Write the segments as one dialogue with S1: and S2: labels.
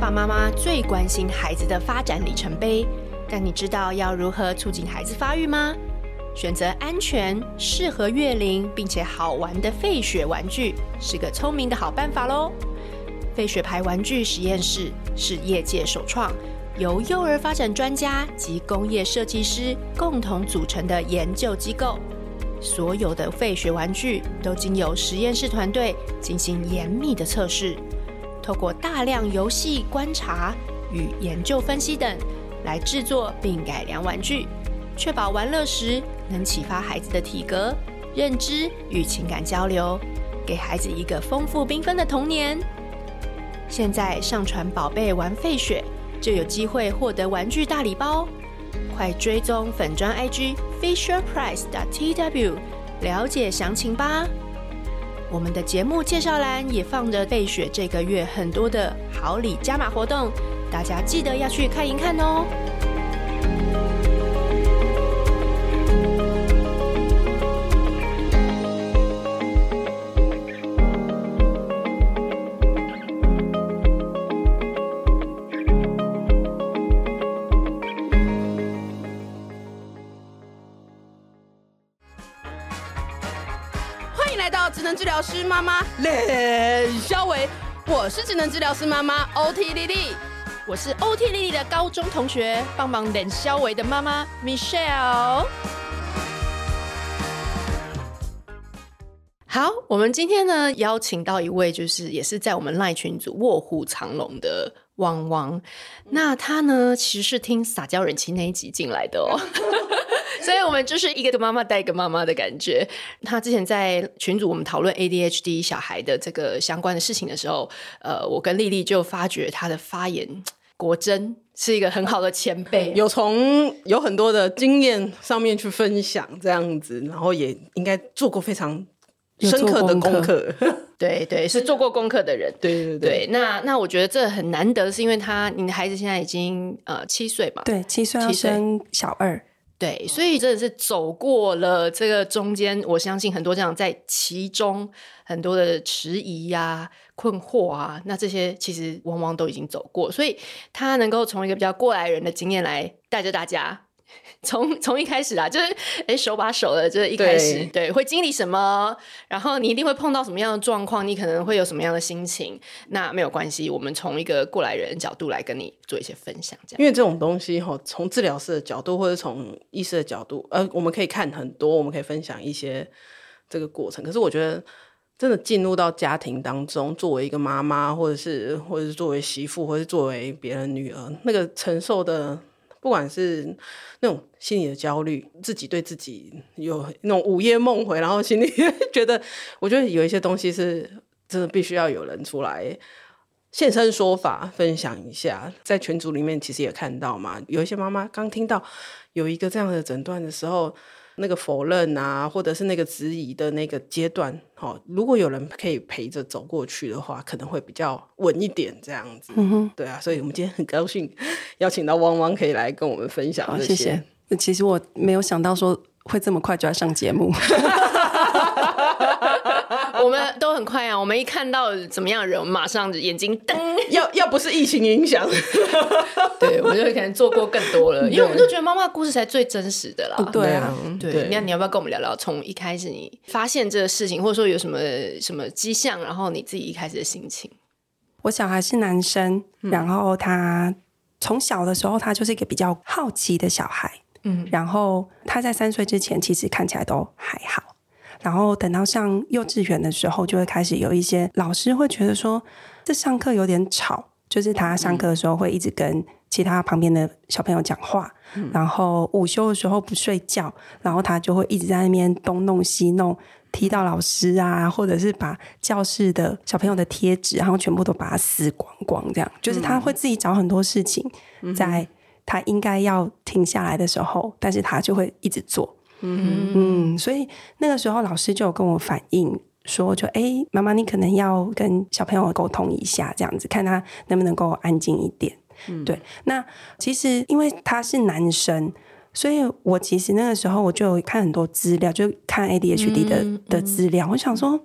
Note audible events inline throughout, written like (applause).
S1: 爸妈妈最关心孩子的发展里程碑，但你知道要如何促进孩子发育吗？选择安全、适合月龄并且好玩的费雪玩具是个聪明的好办法喽。费雪牌玩具实验室是业界首创，由幼儿发展专家及工业设计师共同组成的研究机构。所有的费雪玩具都经由实验室团队进行严密的测试，透过大量游戏观察与研究分析等，来制作并改良玩具，确保玩乐时能启发孩子的体格、认知与情感交流，给孩子一个丰富缤纷的童年。现在上传宝贝玩费雪，就有机会获得玩具大礼包。快追踪粉砖 IG Fisher Price t w 了解详情吧。我们的节目介绍栏也放着费雪这个月很多的好礼加码活动，大家记得要去看一看哦。
S2: 欢迎来到职能治疗师妈妈冷肖维，我是职能治疗师妈妈 OT 丽丽。
S1: 我是 OT 丽丽的高中同学，帮忙冷肖维的妈妈 Michelle。好，我们今天呢邀请到一位，就是也是在我们赖群组卧虎藏龙的汪汪。那他呢其实是听撒娇人妻那一集进来的哦， (laughs) 所以我们就是一个妈妈带一个妈妈的感觉。他之前在群组我们讨论 ADHD 小孩的这个相关的事情的时候，呃，我跟丽丽就发觉她的发言果真是一个很好的前辈，
S2: 有从有很多的经验上面去分享这样子，然后也应该做过非常深刻的功课。 (laughs)
S1: 对对，是做过功课的人。
S2: 对对
S1: 对，
S2: 对，
S1: 那那我觉得这很难得，是因为他你的孩子现在已经呃七岁嘛，
S3: 对，七岁要
S1: 七岁
S3: 升小二，
S1: 对，所以真的是走过了这个中间，我相信很多家长在其中很多的迟疑呀、困惑啊，那这些其实往往都已经走过，所以他能够从一个比较过来人的经验来带着大家。从从一开始啊，就是哎手把手的，就是一开始
S2: 对
S1: 对会经历什么，然后你一定会碰到什么样的状况，你可能会有什么样的心情，那没有关系，我们从一个过来人的角度来跟你做一些分享，这样。
S2: 因为这种东西哈，从治疗师的角度或者从医师的角度，呃，我们可以看很多，我们可以分享一些这个过程。可是我觉得，真的进入到家庭当中，作为一个妈妈，或者是或者是作为媳妇，或者是作为别人女儿，那个承受的，不管是那种心理的焦虑，自己对自己有那种午夜梦回，然后心里 (laughs) 觉得，我觉得有一些东西是真的必须要有人出来现身说法，分享一下。在群组里面其实也看到嘛，有一些妈妈刚听到有一个这样的诊断的时候，那个否认啊，或者是那个质疑的那个阶段，好、如果有人可以陪着走过去的话，可能会比较稳一点这样子。
S3: 嗯哼，
S2: 对啊，所以我们今天很高兴邀请到汪汪可以来跟我们分享
S3: 好，
S2: 这些。
S3: 哦谢谢。那其实我没有想到说会这么快就要上节目， (laughs)
S1: (laughs) 我们都很快啊，我们一看到怎么样的人，我们马上眼睛瞪，
S2: 要要不是疫情影响，
S1: (laughs) 对我们就可能做过更多 (laughs) 了，因为我们就觉得妈妈的故事才最真实的啦。
S3: 对啊，
S1: 对，那你要不要跟我们聊聊，从一开始你发现这个事情，或者说有什么什么迹象，然后你自己一开始的心情？
S3: 我小孩是男生，然后他从小的时候，他就是一个比较好奇的小孩。
S1: 嗯，
S3: 然后他在三岁之前，其实看起来都还好。然后等到上幼稚园的时候，就会开始有一些老师会觉得说，这上课有点吵，就是他上课的时候会一直跟其他旁边的小朋友讲话，然后午休的时候不睡觉，然后他就会一直在那边东弄西弄，踢到老师啊，或者是把教室的小朋友的贴纸，然后全部都把它撕光光，这样就是他会自己找很多事情，在他应该要停下来的时候，但是他就会一直做。嗯，所以那个时候老师就有跟我反映说就，诶哎，妈妈，你可能要跟小朋友沟通一下，这样子看他能不能够安静一点。
S2: 嗯
S3: 对。那其实因为他是男生，所以我其实那个时候我就有看很多资料，就看
S2: 嗯
S3: ADHD 的、的资料，我想说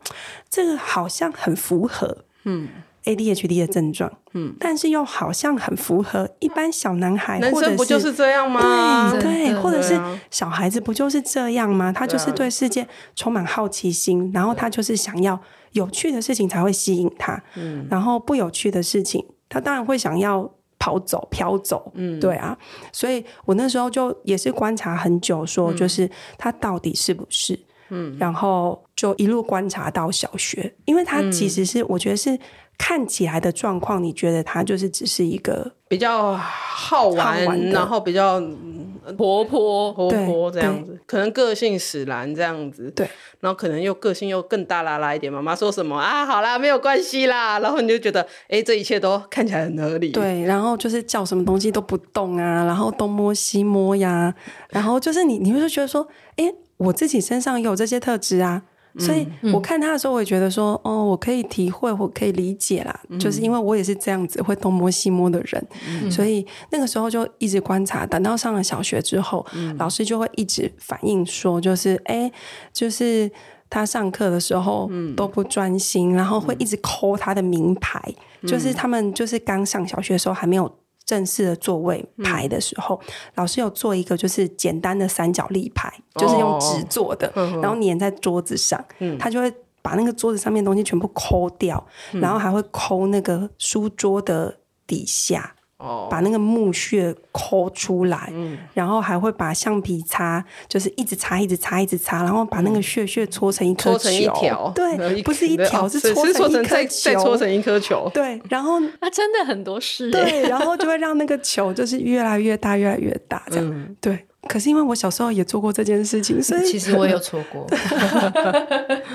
S3: 这个好像很符合。嗯， ADHD 的症状，嗯，但是又好像很符合一般小男孩，
S2: 男
S3: 或者
S2: 生不就是这样吗？
S3: 对
S1: 真
S3: 对，
S1: 的
S3: 或者是
S2: 对啊
S3: 小孩子不就是这样吗？他就是
S2: 对啊
S3: 对世界充满好奇心，然后他就是想要有趣的事情才会吸引他，
S2: 嗯
S3: 然后不有趣的事情，他当然会想要跑走、飘走，嗯，对啊。所以我那时候就也是观察很久，说
S2: 嗯
S3: 就是他到底是不是。嗯，然后就一路观察到小学，因为他
S2: 嗯
S3: 其实是、我觉得是看起来的状况，你觉得他就是只是一个
S2: 比较好玩，
S3: 好玩的
S2: 然后比较嗯活泼活
S3: 对
S2: 泼这样子，可能个性使然这样子，
S3: 对，
S2: 然后可能又个性又更大啦啦一点。妈妈说什么啊？好啦，没有关系啦，然后你就觉得，哎，这一切都看起来很合理，，
S3: 对，然后就是叫什么东西都不动啊，然后东摸西摸呀，然后就是你，你会觉得说，诶，我自己身上也有这些特质啊。所以我看他的时候，我也觉得说，哦，我可以体会，我可以理解啦，就是因为我也是这样子会东摸西摸的人，所以那个时候就一直观察。等到上了小学之后，老师就会一直反映说，就是诶，就是他上课的时候都不专心，然后会一直抠他的名牌，就是他们就是刚上小学的时候还没有正式的座位排的时候，老师有做一个就是简单的三角立牌，就是用纸做的，然后粘在桌子上，他就会。把那个桌子上面的东西全部抠掉，然后还会抠那个书桌的底下，
S2: 哦，
S3: 把那个木屑抠出来，
S2: 嗯
S3: 然后还会把橡皮擦，就是一直擦，一直擦，一直擦，然后把那个屑屑搓成一颗
S2: 嗯搓
S3: 球，
S2: 成一条，然后
S3: 对，不是一条，
S2: 哦
S3: 是
S2: 是
S3: 搓
S2: 搓
S3: 成一颗
S2: 再
S3: 球，
S2: 再搓成一颗球，
S3: 对，然
S1: (laughs)
S3: 后
S1: 他啊真的很多事、欸，
S3: 对，然后就会让那个球就是越来越大，越来越大，这样、
S2: 嗯
S3: 对。可是因为我小时候也做过这件
S2: (laughs)
S3: 事情，所以
S1: 其实我有错 (laughs) 过，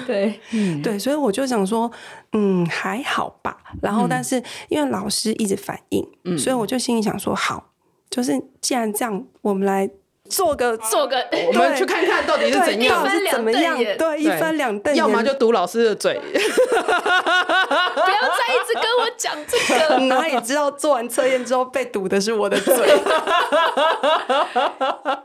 S1: 对，
S2: 嗯
S3: 对，所以我就想说，嗯，还好吧。然
S2: 嗯
S3: 后，但是因为老师一直反映，所以我就心里想说，好，就是既然这样，我们来做个
S1: 做个
S2: 我们去看看到底是
S3: 对
S2: 怎样
S3: 到。底是怎么样？
S1: 一翻两瞪眼
S3: 对，一
S2: 对
S3: 翻两瞪眼，
S2: 要么
S3: (laughs)
S2: 就堵老师的嘴，
S1: 不要再一直跟我讲这 (laughs) 个。
S3: 哪里知道做完测验之后被堵的是我
S2: (laughs)
S3: 的嘴？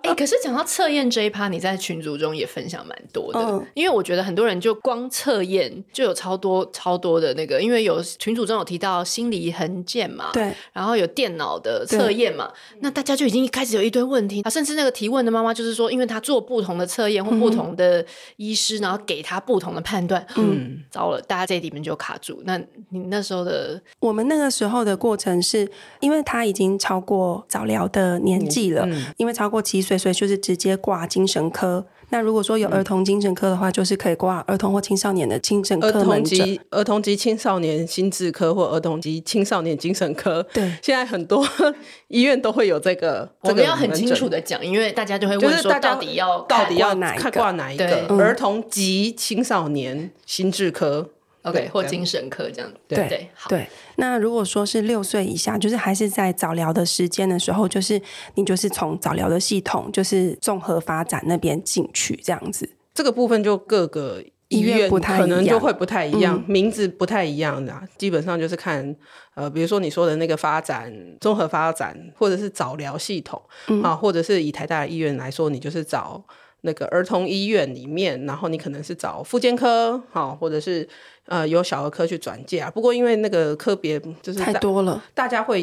S1: 哎、可是讲到测验这一趴，你在群组中也分享蛮多的，
S3: 嗯
S1: 因为我觉得很多人就光测验就有超多超多的那个，因为有群组中有提到心理横件嘛，
S3: 对，
S1: 然后有电脑的
S3: 对
S1: 测验嘛，那大家就已经开始有一堆问题啊，甚至那个提问的妈妈就是说，因为她做不同的测验或
S2: 嗯
S1: 不同的医师，然后给她不同的判断，嗯，糟了，大家这里面就卡住。那你那时候的
S3: 我们那个时候的过程是，因为他已经超过早疗的年纪
S2: 嗯
S3: 了，因为超过七岁，所以就是直接挂精神科。那如果说有儿童精神科的话，就是可以挂儿童或青少年的精神
S2: 儿
S3: 科门
S2: 童
S3: 诊。
S2: 及儿童及青少年心智科或儿童及青少年精神科，
S3: 对
S2: 现在很多 (laughs) 医院都会有这个，
S1: 我
S2: 这
S1: 们
S2: 个
S1: 要很
S2: 门
S1: 清
S2: 诊
S1: 楚，的讲，因为大家就会
S2: 就
S1: 问
S2: 是
S1: 说
S2: 大家
S1: 到底要
S2: 到底
S1: 看
S2: 要
S3: 挂哪一个
S2: 看挂哪一
S1: 对
S2: 个
S1: 嗯
S2: 儿童及青少年心智科
S1: OK 或
S2: 精
S1: 精神科这样子，
S3: 对
S1: 对，好，
S3: 对，那如果说是六岁以下，就是还是在早疗的时间的时候，就是你就是从早疗的系统，就是综合发展那边进去这样子。
S2: 这个部分就各个
S3: 医院
S2: 院
S3: 不太
S2: 可能
S3: 一样嗯
S2: 就会不太一样，名字不太一样的啊、基本上就是看呃，比如说你说的那个发展综合发展，或者是早疗系统、
S3: 嗯
S2: 啊，或者是以台大的医院来说，你就是找。那个儿童医院里面，然后你可能是找妇健科，好、或者是呃有小儿科去转介啊。不过因为那个科别就是
S3: 太
S2: 大
S3: 多了，
S2: 大家会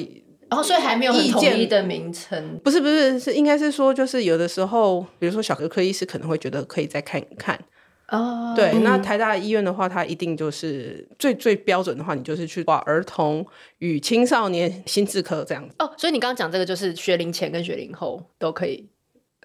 S1: 然哦后所以还没有很
S2: 意
S1: 统
S2: 见
S1: 一的名称，
S2: 不是不是是应该是说，就是有的时候，比如说小儿科医师可能会觉得可以再看一看，
S1: 哦，
S2: 对，那台大医院的话，它一定就是最最标准的话，你就是去挂儿童与青少年心智科这样子。
S1: 哦，所以你刚刚讲这个就是学龄前跟学龄后都可以，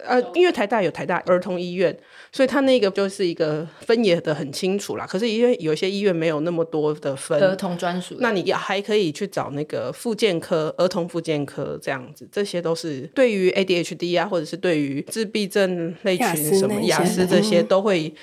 S2: 呃，因为台大有台大儿童医院，所以它那个就是一个分野的很清楚啦。可是因为有一些医院没有那么多的
S1: 儿
S2: 分，
S1: 童专属的，
S2: 那你也还可以去找那个复健科、儿童复健科这样子，这些都是对于 ADHD 啊，或者是对于自闭症类
S3: 雅思
S2: 群什么
S3: 那
S2: 雅
S3: 些嗯
S2: 思这些都会。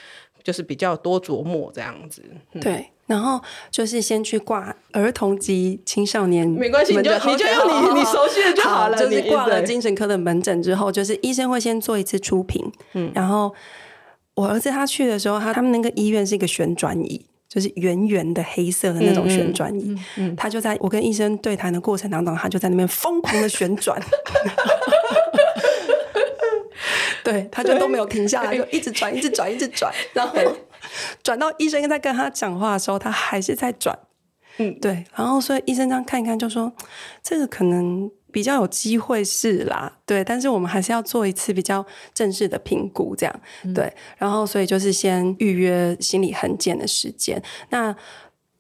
S2: 就是比较多琢磨这样子，
S3: 对。然后就是先去挂儿童及青少年门诊，
S2: 没关系，你就你就用你你熟悉 (laughs) 的就好了，
S3: 就是
S2: 你
S3: 挂了
S2: 对
S3: 精神科的门诊之后，就是医生会先做一次初评，嗯，然后我儿子他去的时候，他他们那个医院是一个旋转椅。就是圆圆的黑色的那
S2: 嗯
S3: 种旋转椅，他就在我跟医生对谈的过程当中，他就在那边疯狂的旋
S2: (laughs)
S3: 转，对，他就都没有停下来，就一直转，一直转，一直转，然后转到医生在跟他讲话的时候，他还是在转，
S2: 嗯
S3: 对，然后所以医生这样看一看，就说这个可能比较有机会是啦，对，但是我们还是要做一次比较正式的评估，这样、对，然后所以就是先预约心理横件的时间。那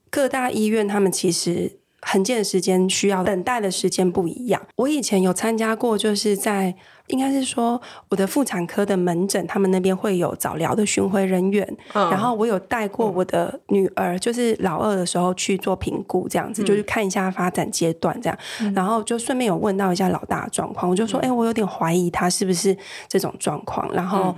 S3: 各大医院他们其实。横件的时间需要等待的时间不一样。我以前有参加过，就是在应该是说我的妇产科的门诊，他们那边会有早疗的巡回人员，
S2: 嗯
S3: 然后我有带过我的女儿，就是老二的时候去做评估，这样子、就是看一下发展阶段这样，然后就顺便有问到一下老大的状况，我就说，哎、我有点怀疑他是不是这种状况，然后。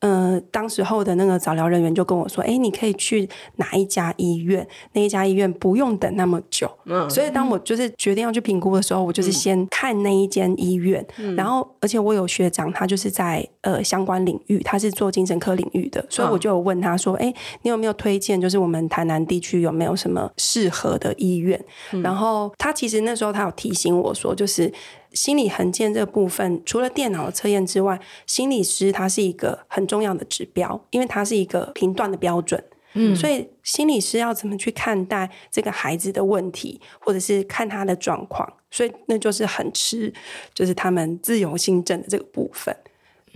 S3: 呃，当时候的那个早疗人员就跟我说：“哎、你可以去哪一家医院？那一家医院不用等那么久。
S2: 嗯
S3: 所以当我就是决定要去评估的时候，我就是先看那一间医院，然后而且我有学长，他就是在呃相关领域，他是做精神科领域的，所以我就有问他说：“哎、你有没有推荐？就是我们台南地区有没有什么适合的医院？”然后他其实那时候他有提醒我说，就是。心理横件这部分，除了电脑的测验之外，心理师他是一个很重要的指标，因为它是一个评断的标准。嗯，所以心理师要怎么去看待这个孩子的问题，或者是看他的状况，所以那就是很吃，就是他们自由心证的这个部分。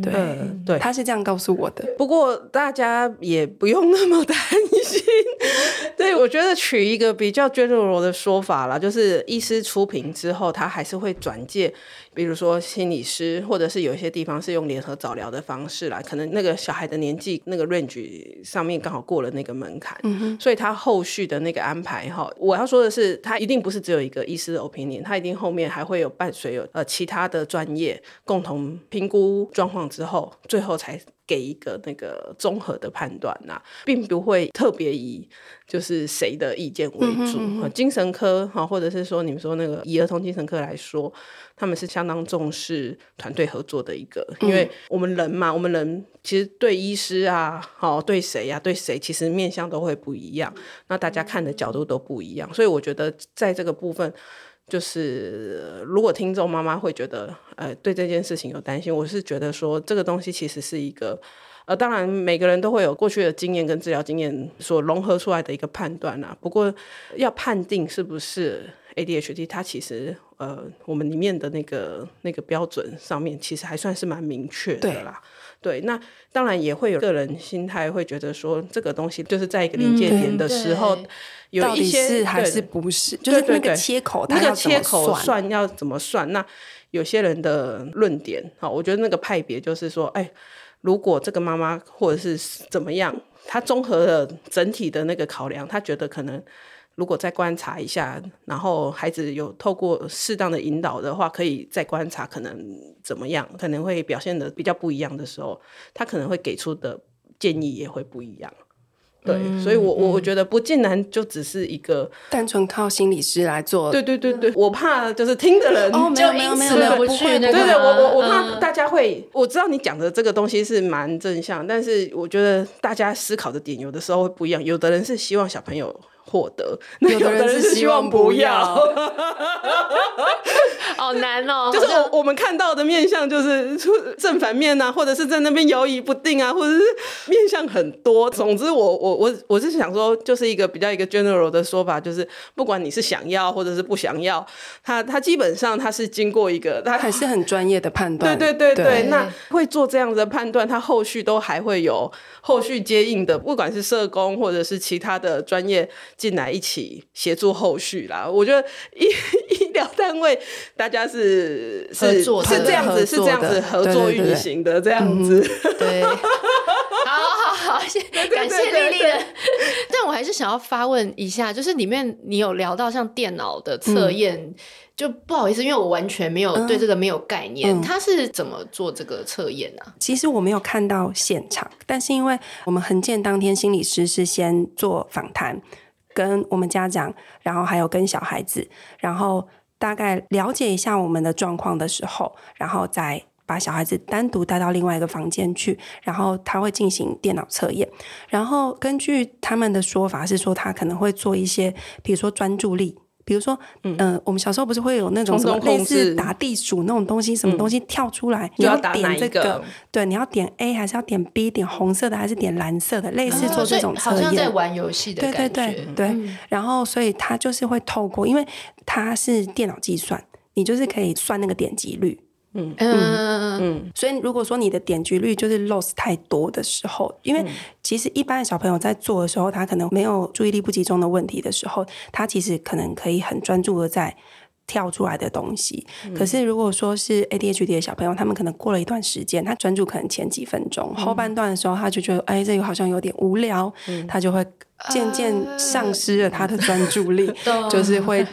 S3: 对，
S2: 嗯对。
S3: 他是这样告诉我的。
S2: 不过大家也不用那么担心， (laughs) 对我觉得取一个比较 general 的说法啦，就是医师出评之后，他还是会转介，比如说心理师，或者是有一些地方是用联合早疗的方式啦，可能那个小孩的年纪那个 range 上面刚好过了那个门槛，所以他后续的那个安排哈，我要说的是，他一定不是只有一个医师的 opinion，他一定后面还会有伴随有呃其他的专业共同评估状况之后，最后才给一个那个综合的判断呐、并不会特别以就是谁的意见为主。呃精神科哈，或者是说你们说那个以儿童精神科来说，他们是相当重视团队合作的一个，因为我们人嘛，我们人其实对医师啊，好、对谁呀、对谁，其实面向都会不一样，那大家看的角度都不一样，所以我觉得在这个部分。就是呃如果听众妈妈会觉得，呃，对这件事情有担心，我是觉得说这个东西其实是一个，呃，当然每个人都会有过去的经验跟治疗经验所融合出来的一个判断啦、不过要判定是不是 ADHD，它其实呃，我们里面的那个那个标准上面其实还算是蛮明确的啦。对，那当然也会有个人心态会觉得说，这个东西就是在一个临界点的时候，
S1: 对
S2: 有
S3: 嗯到
S2: 一
S3: 底
S2: 些
S3: 是还
S2: 对
S3: 是不是？就是
S2: 对对
S3: 那个
S2: 对
S3: 切口，
S2: 那
S3: 它
S2: 个
S3: 要怎么
S2: 切口
S3: 算？
S2: 算要怎么算？那有些人的论点，好，我觉得那个派别就是说，哎，如果这个妈妈或者是怎么样，她综合了整体的那个考量，她觉得可能如果再观察一下，然后孩子有透过适当的引导的话，可以再观察，可能怎么样，可能会表现的比较不一样的时候，她可能会给出的建议也会不一样。对，
S3: 嗯
S2: 所以我我我觉得不尽然就只是一个。
S3: 单纯靠心理师来做，
S2: 对对对对，我怕就是听的人
S3: 哦，没有
S1: 就
S3: 没有
S1: 因
S3: 没有
S1: 此
S3: 没有，
S1: 不
S3: 不
S1: 去
S3: 会
S1: 那
S3: 不
S1: 个
S2: 对
S3: 会
S2: 对，我我我
S1: 嗯
S2: 怕大家会，我知道你讲的这个东西是蛮正向，但是我觉得大家思考的点有的时候会不一样，有的人是希望小朋友获得，那
S3: 有
S2: (laughs) 有
S3: 的人是
S2: 是
S3: 希
S2: 希
S3: 望
S2: 望
S3: 不
S2: 不要
S3: 要。
S1: 好难哦，
S3: (laughs)
S2: 就是我我们看到的面相就是出正反面啊，或者是在那边摇移不定啊，或者是面相很多。总之我，我我我是想说，就是一个比较一个 general 的说法，就是不管你是想要或者是不想要，它它基本上它是经过一个它
S3: 还是很专业的判断。
S2: 对对对对，
S3: 对
S2: 那会做这样的判断，他后续都还会有后续接应的，不管是社工或者是其他的专业进来一起协助后续啦。我觉得医 (laughs) 医疗单位大家是
S1: 合
S2: 是
S1: 作的
S2: 是这样
S3: 合
S2: 子，是
S3: 作
S2: 这样
S3: 的
S2: 子合
S3: 对
S2: 作
S3: 对对嗯
S2: 运行的这样子。
S1: (laughs) 对，好好好，谢感谢
S2: 对
S1: 丽丽的。 (laughs) 但我还是想要发问一下，就是里面你有聊到像电脑的测
S3: 嗯
S1: 验，就不好意思，因为我完全没有、对这个没有概念，
S3: 嗯
S1: 它是怎么做这个测验啊？
S3: 其实我没有看到现场，但是因为我们横见当天心理师是先做访谈，跟我们家长，然后还有跟小孩子，然后大概了解一下我们的状况的时候，然后再把小孩子单独带到另外一个房间去，然后他会进行电脑测验，然后根据他们的说法是说他可能会做一些，比如说专注力。比如说，嗯、我们小时候不是会有那种
S2: 冲
S3: 什么
S2: 动控
S3: 类似
S2: 制嗯
S3: 打地鼠那种东西，什么东西跳出来，你
S2: (laughs) 就要
S3: 要
S2: 打哪
S3: 点
S2: 一
S3: 这
S2: 个
S3: 对，你要点 A 还是要点 B？点红色的还是点蓝色的？类似做这种测
S1: 哦好像在
S3: 验。
S1: 玩游戏的
S3: 对对
S1: 感觉。嗯
S3: 对对，然后所以它就是会透过，因为它是电脑计算，你就是可以算那个点击率。
S1: 嗯，
S3: 所以如果说你的点击率就是 loss 太多的时候，因为其实一般的小朋友在做的时候，他可能没有注意力不集中的问题的时候，他其实可能可以很专注的在。跳出来的东西，可是如果说是 ADHD 的小朋友，他们可能过了一段时间，他专注可能前几分钟，后半段的时候他就觉得，哎，这个好像有点无聊，他就会渐渐丧失了他的专注力，就是会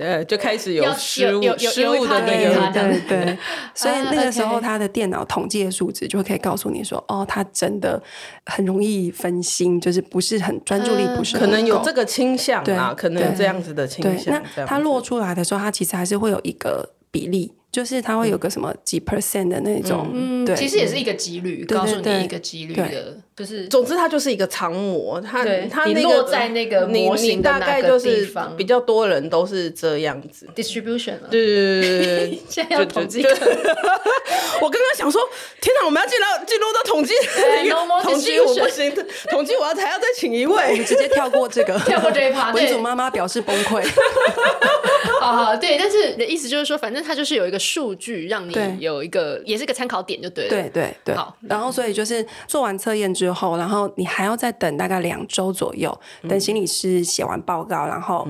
S2: 呃，就开始有
S1: 要
S2: 失
S1: 有
S2: 误
S1: 有有
S2: 失误
S1: 有他的
S2: 的那
S1: 有他的
S2: 个
S3: 对
S2: (laughs)
S3: 对对，所
S2: 啊
S3: 以那个时候
S1: OK
S3: 他的电脑统计的数值就可以告诉你说，哦，他真的很容易分心，就是不是很专注力，不
S2: 嗯
S3: 是
S2: 可
S3: 很
S2: 能有
S3: 够
S2: 这个倾向啦，
S3: 对
S2: 可能有这样子的倾
S3: 对。
S2: 向。这
S3: 那
S2: 样
S3: 他
S2: 子
S3: 落出来的时候，他其实还是会有一个比例，就是他
S2: 嗯
S3: 会有个什么几 percent 的那种，对，
S1: 嗯其实也是一个几率，
S3: 对
S1: 告诉
S3: 对
S1: 你一个几率
S3: 对
S1: 的，就是
S2: 总之，它就是一个常模，它
S1: 对
S2: 它
S1: 你
S2: 那
S1: 落
S2: 个
S1: 在那个
S2: 你
S1: 模型
S2: 你
S1: 的
S2: 大
S1: 那
S2: 概
S1: 个
S2: 就
S1: 地
S2: 是
S1: 方
S2: 比较多人都是这样子。
S1: distribution 了。
S2: 对对对对对对
S1: 现在要统计
S2: 就就我刚刚想说，天哪，我们要进到进入到统计
S1: 对，no more
S2: 统计我不
S1: distribution
S2: 行，统计我要还要再请一
S3: 我
S2: 位
S3: 们。直接跳过这个，
S1: (laughs) 跳过这一趴对
S3: 文主妈妈表示崩溃，
S1: (laughs) 好好，对，但是你的意思就是说，反正它就是有一个数据让你
S3: 对
S1: 有一个，也是个参考点就对了。
S3: 对对对
S1: 好。
S3: 然后所以就是做完测验之后，然后你还要再等大概两周左右，等心理师写完报告，然后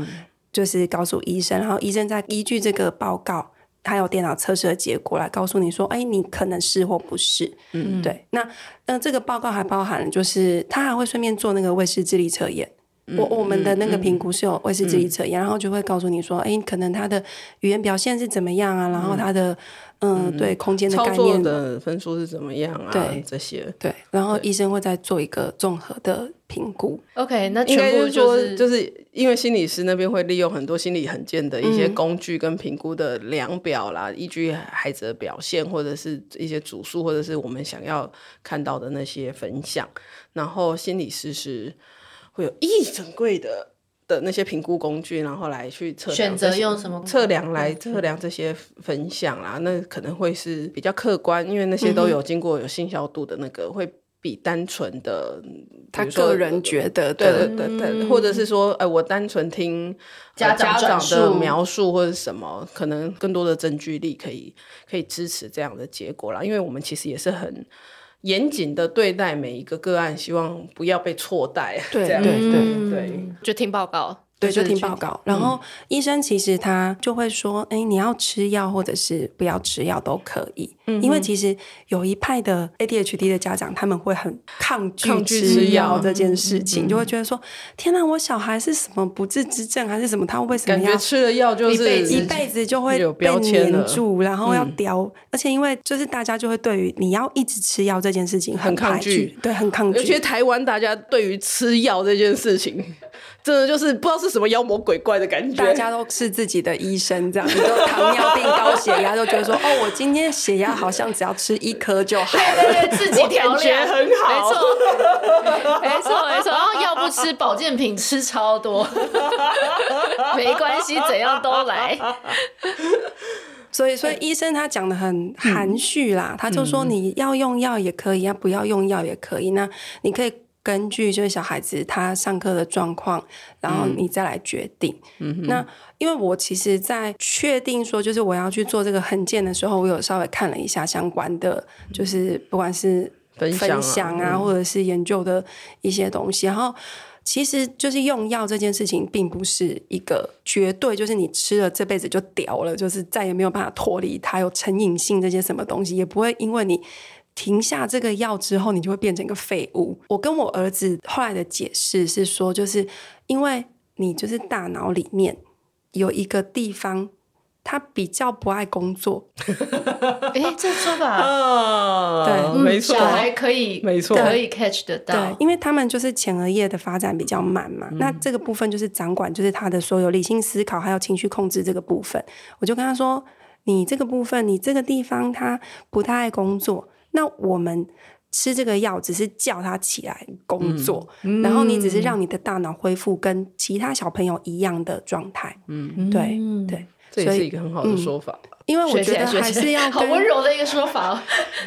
S3: 就是告诉医生，然后医生再依据这个报告。还有电脑测试的结果来告诉你说，哎、你可能是或不是。嗯，对。那那这个报告还包含，就是他还会顺便做那个卫视智力测验。我我们的那个评估是有卫视智力测验，然后就会告诉你说，哎、可能他的语言表现是怎么样啊，然后他的嗯、对空间的
S2: 操
S3: 概
S2: 作
S3: 念
S2: 的分数是怎么样啊
S3: 对？
S2: 这些
S3: 对，然后医生会再做一个综合的评估。
S1: OK，那
S2: 应该
S1: 全
S2: 就
S1: 部
S2: 是说，
S1: 是
S2: 就是因为心理师那边会利用很多心理很健的一些
S1: 嗯
S2: 工具跟评估的量表啦，依据孩子的表现或者是一些主数，或者是我们想要看到的那些分项，然后心理师是会有一整柜的。的那些评估工具，然后来去测量
S1: 选择
S2: 这些
S1: 用什么工具
S2: 测量来测量这些分项啦，那可能会是比较客观，因为那些
S1: 嗯
S2: 都有经过有信效度的那个，会比单纯的嗯
S3: 他
S2: 比如说
S3: 个人觉得
S2: 对
S3: 的，
S2: 对对对，或者是说，哎、我单纯听呃
S1: 家长
S2: 家长
S1: 转
S2: 的
S1: 述
S2: 描述或者什么，可能更多的证据力可以可以支持这样的结果啦。因为我们其实也是很严谨的对待每一个个案，希望不要被错待。啊 (laughs)
S3: 对
S2: 这样
S3: 对
S2: 对
S1: 嗯
S2: 对，
S1: 就听报告，
S3: 对，就是嗯听
S1: 去
S3: 报告。然后医生其实他就会说，哎、你要吃药或者是不要吃药都可以，因为其实有一派的 ADHD 的家长他们会很抗拒
S2: 抗拒吃
S3: 吃
S2: 药
S3: 药嗯这件事情，就会觉得说，天哪、我小孩是什么不治之症还是什么，他为什么
S2: 感
S3: 要
S2: 觉吃了药就
S1: 一辈
S2: 是
S1: 子
S3: 一辈子就会
S2: 有
S3: 被
S2: 标签了嗯
S3: 黏住，然后要叼，而且因为就是大家就会对于你要一直吃药这件事情
S2: 很抗
S3: 排
S2: 拒
S3: 拒，对，很抗拒，
S2: 尤其是台湾，大家对于吃药这件事情，真的就是不知道是什么妖魔鬼怪的感觉。
S3: 大家都是自己的医生，这样你就糖尿病、高血压，就觉得说，哦，我今天血压好像只要吃一颗就好了。
S1: 对对，自己
S2: 我
S1: 调
S2: 感觉
S1: 量
S2: 很好
S1: 没错，没错，没错。然后药不吃，保健品吃超
S3: (laughs)
S1: 多，没关系，怎样都来。
S3: 所以，所以医生他讲的很含蓄啦，他就说你要用药也可以，要不要用药也可以。那你可以根据就是小孩子他上课的状况，然后你再来决定。那因为我其实，在确定说就是我要去做这个横件的时候，我有稍微看了一下相关的，就是不管是
S2: 分享啊嗯
S3: 或者是研究的一些东西，然后。其实就是用药这件事情，并不是一个绝对，就是你吃了这辈子就屌了，就是再也没有办法脱离它，有成瘾性这些什么东西，也不会因为你停下这个药之后，你就会变成一个废物。我跟我儿子后来的解释是说，就是因为你就是大脑里面有一个地方，它比较不爱工作，
S1: 哎，这说
S3: 嗯
S1: 法
S2: 嗯
S1: 嗯
S2: 啊，
S3: 对
S2: 没错，
S1: 小孩可以，
S2: 没错
S1: 可以 catch 得
S3: 对
S1: 到，。
S3: 因为他们就是前额叶的发展比较慢嘛，
S1: 嗯
S3: 那这个部分就是掌管就是他的所有理性思考还有情绪控制这个部分。我就跟他说，你这个部分，你这个地方他不太爱工作，那我们。吃这个药只是叫他起来工作，
S1: 嗯
S3: 然后你只是让你的大脑恢复跟其他小朋友一样的状态。嗯，对对，
S2: 这也
S3: 所
S2: 是
S3: 以
S2: 一个很好的说法吧。
S3: 因为我
S1: 学起
S3: 觉
S1: 来
S3: 得
S1: 学
S3: 还
S1: 起
S3: 是
S1: 来
S3: 要
S1: (laughs) 好
S3: 跟
S1: 温柔的一个说
S3: (laughs)
S1: 法哦。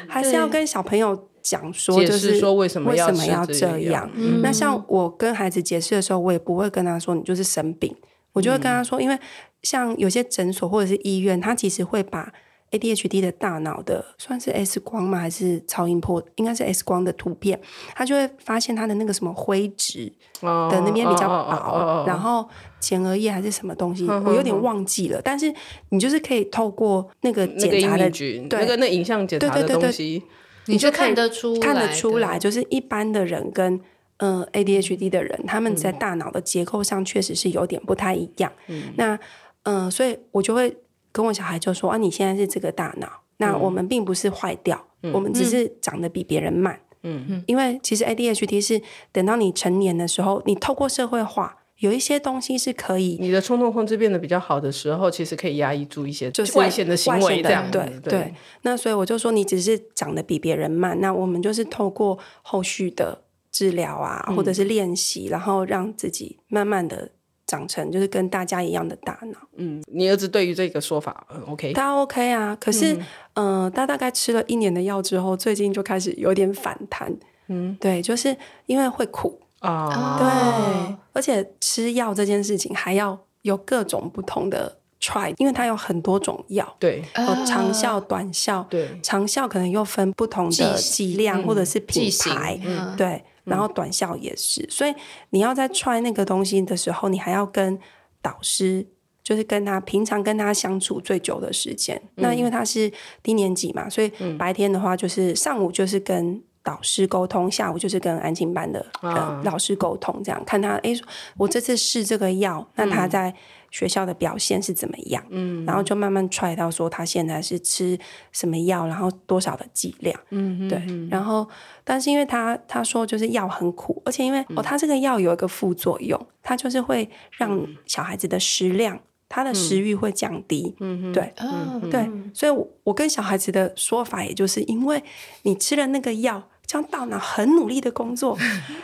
S3: 还是要跟小朋友讲说，
S2: 解
S3: 就
S2: 释
S3: 是
S2: 说为什么
S3: 为
S2: 要
S3: 什么
S2: 吃
S3: 要
S2: 这
S3: 这
S2: 样嗯
S3: 样。那像我跟孩子解释的时候，我也不会跟他说你就是生病，我就会跟
S2: 嗯
S3: 他说，因为像有些诊所或者是医院，他其实会把 ADHD 的大脑的算是 X 光吗？还是超音波？应该是 X 光的图片，他就会发现他的那个什么灰质
S2: 哦
S3: 的那边比较
S2: 哦哦哦哦哦
S3: 薄，然后前额叶还是什么东西，我有点忘记了。但是你就是可以透过那个
S2: 那个
S3: 检查的
S2: image，
S3: 对
S2: 那个那影像检查
S3: 对
S2: 的
S3: 对对对
S2: 东西，
S1: 你就
S3: 就可以
S1: 看得出来的，
S3: 看得出来，就是一般的人跟呃 ADHD 的人，他们在
S1: 嗯
S3: 大脑的结构上确实是有点不太一样。那呃，所以我就会跟我小孩就说啊，你现在是这个大脑，那
S1: 嗯
S3: 我们并不是坏掉，我们只是长得比别人慢。嗯，因为其实 ADHD 是等到你成年的时候，你透过社会化，有一些东西是可以
S2: 你的冲动控制变得比较好的时候，其实可以压抑住一些
S3: 就是
S2: 外显的行
S3: 外
S2: 为，
S3: 显的
S2: 这样子
S3: 对对那所以我就说，你只是长得比别人慢，那我们就是透过后续的治疗啊，
S2: 嗯
S3: 或者是练习，然后让自己慢慢的长成就是跟大家一样的大脑。
S2: 嗯你儿子对于这个说法，嗯，OK，
S3: 他 OK 啊，可是，嗯、呃，他大概吃了一年的药之后，最近就开始有点反弹。嗯，对，就是因为会苦，
S2: 啊，
S3: 对，
S1: 哦
S3: 而且吃药这件事情还要有各种不同的 try，因为它有很多种药。
S2: 对
S3: 有
S1: 啊
S3: 长
S2: 啊
S3: 效、短效，
S2: 对
S3: 长效可能又分不同的
S1: 剂
S3: 剂量或者是
S1: 剂
S3: 品
S1: 型
S3: 牌，
S1: 嗯
S3: 对，然后短效也是，所以你要在 try 那个东西的时候，你还要跟导师。就是跟他平常跟他相处最久的时间，
S1: 嗯
S3: 那因为他是低年级嘛，所以白天的话就是上午就是跟导师沟通，下午就是跟安静班的、
S1: 啊
S3: 呃、老师沟通，这样看他诶，我这次试这个药，那他在学校的表现是怎么样？嗯，然后就慢慢揣到说他现在是吃什么药，然后多少的剂量，嗯，对。然后，但是因为他他说就是药很苦，而且因为、哦，他这个药有一个副作用，它就是会让小孩子的食量，他的食欲会降低，嗯，对。
S1: 哦
S3: 对，所以我，我跟小孩子的说法，也就是因为你吃了那个药，这样大脑很努力的工作，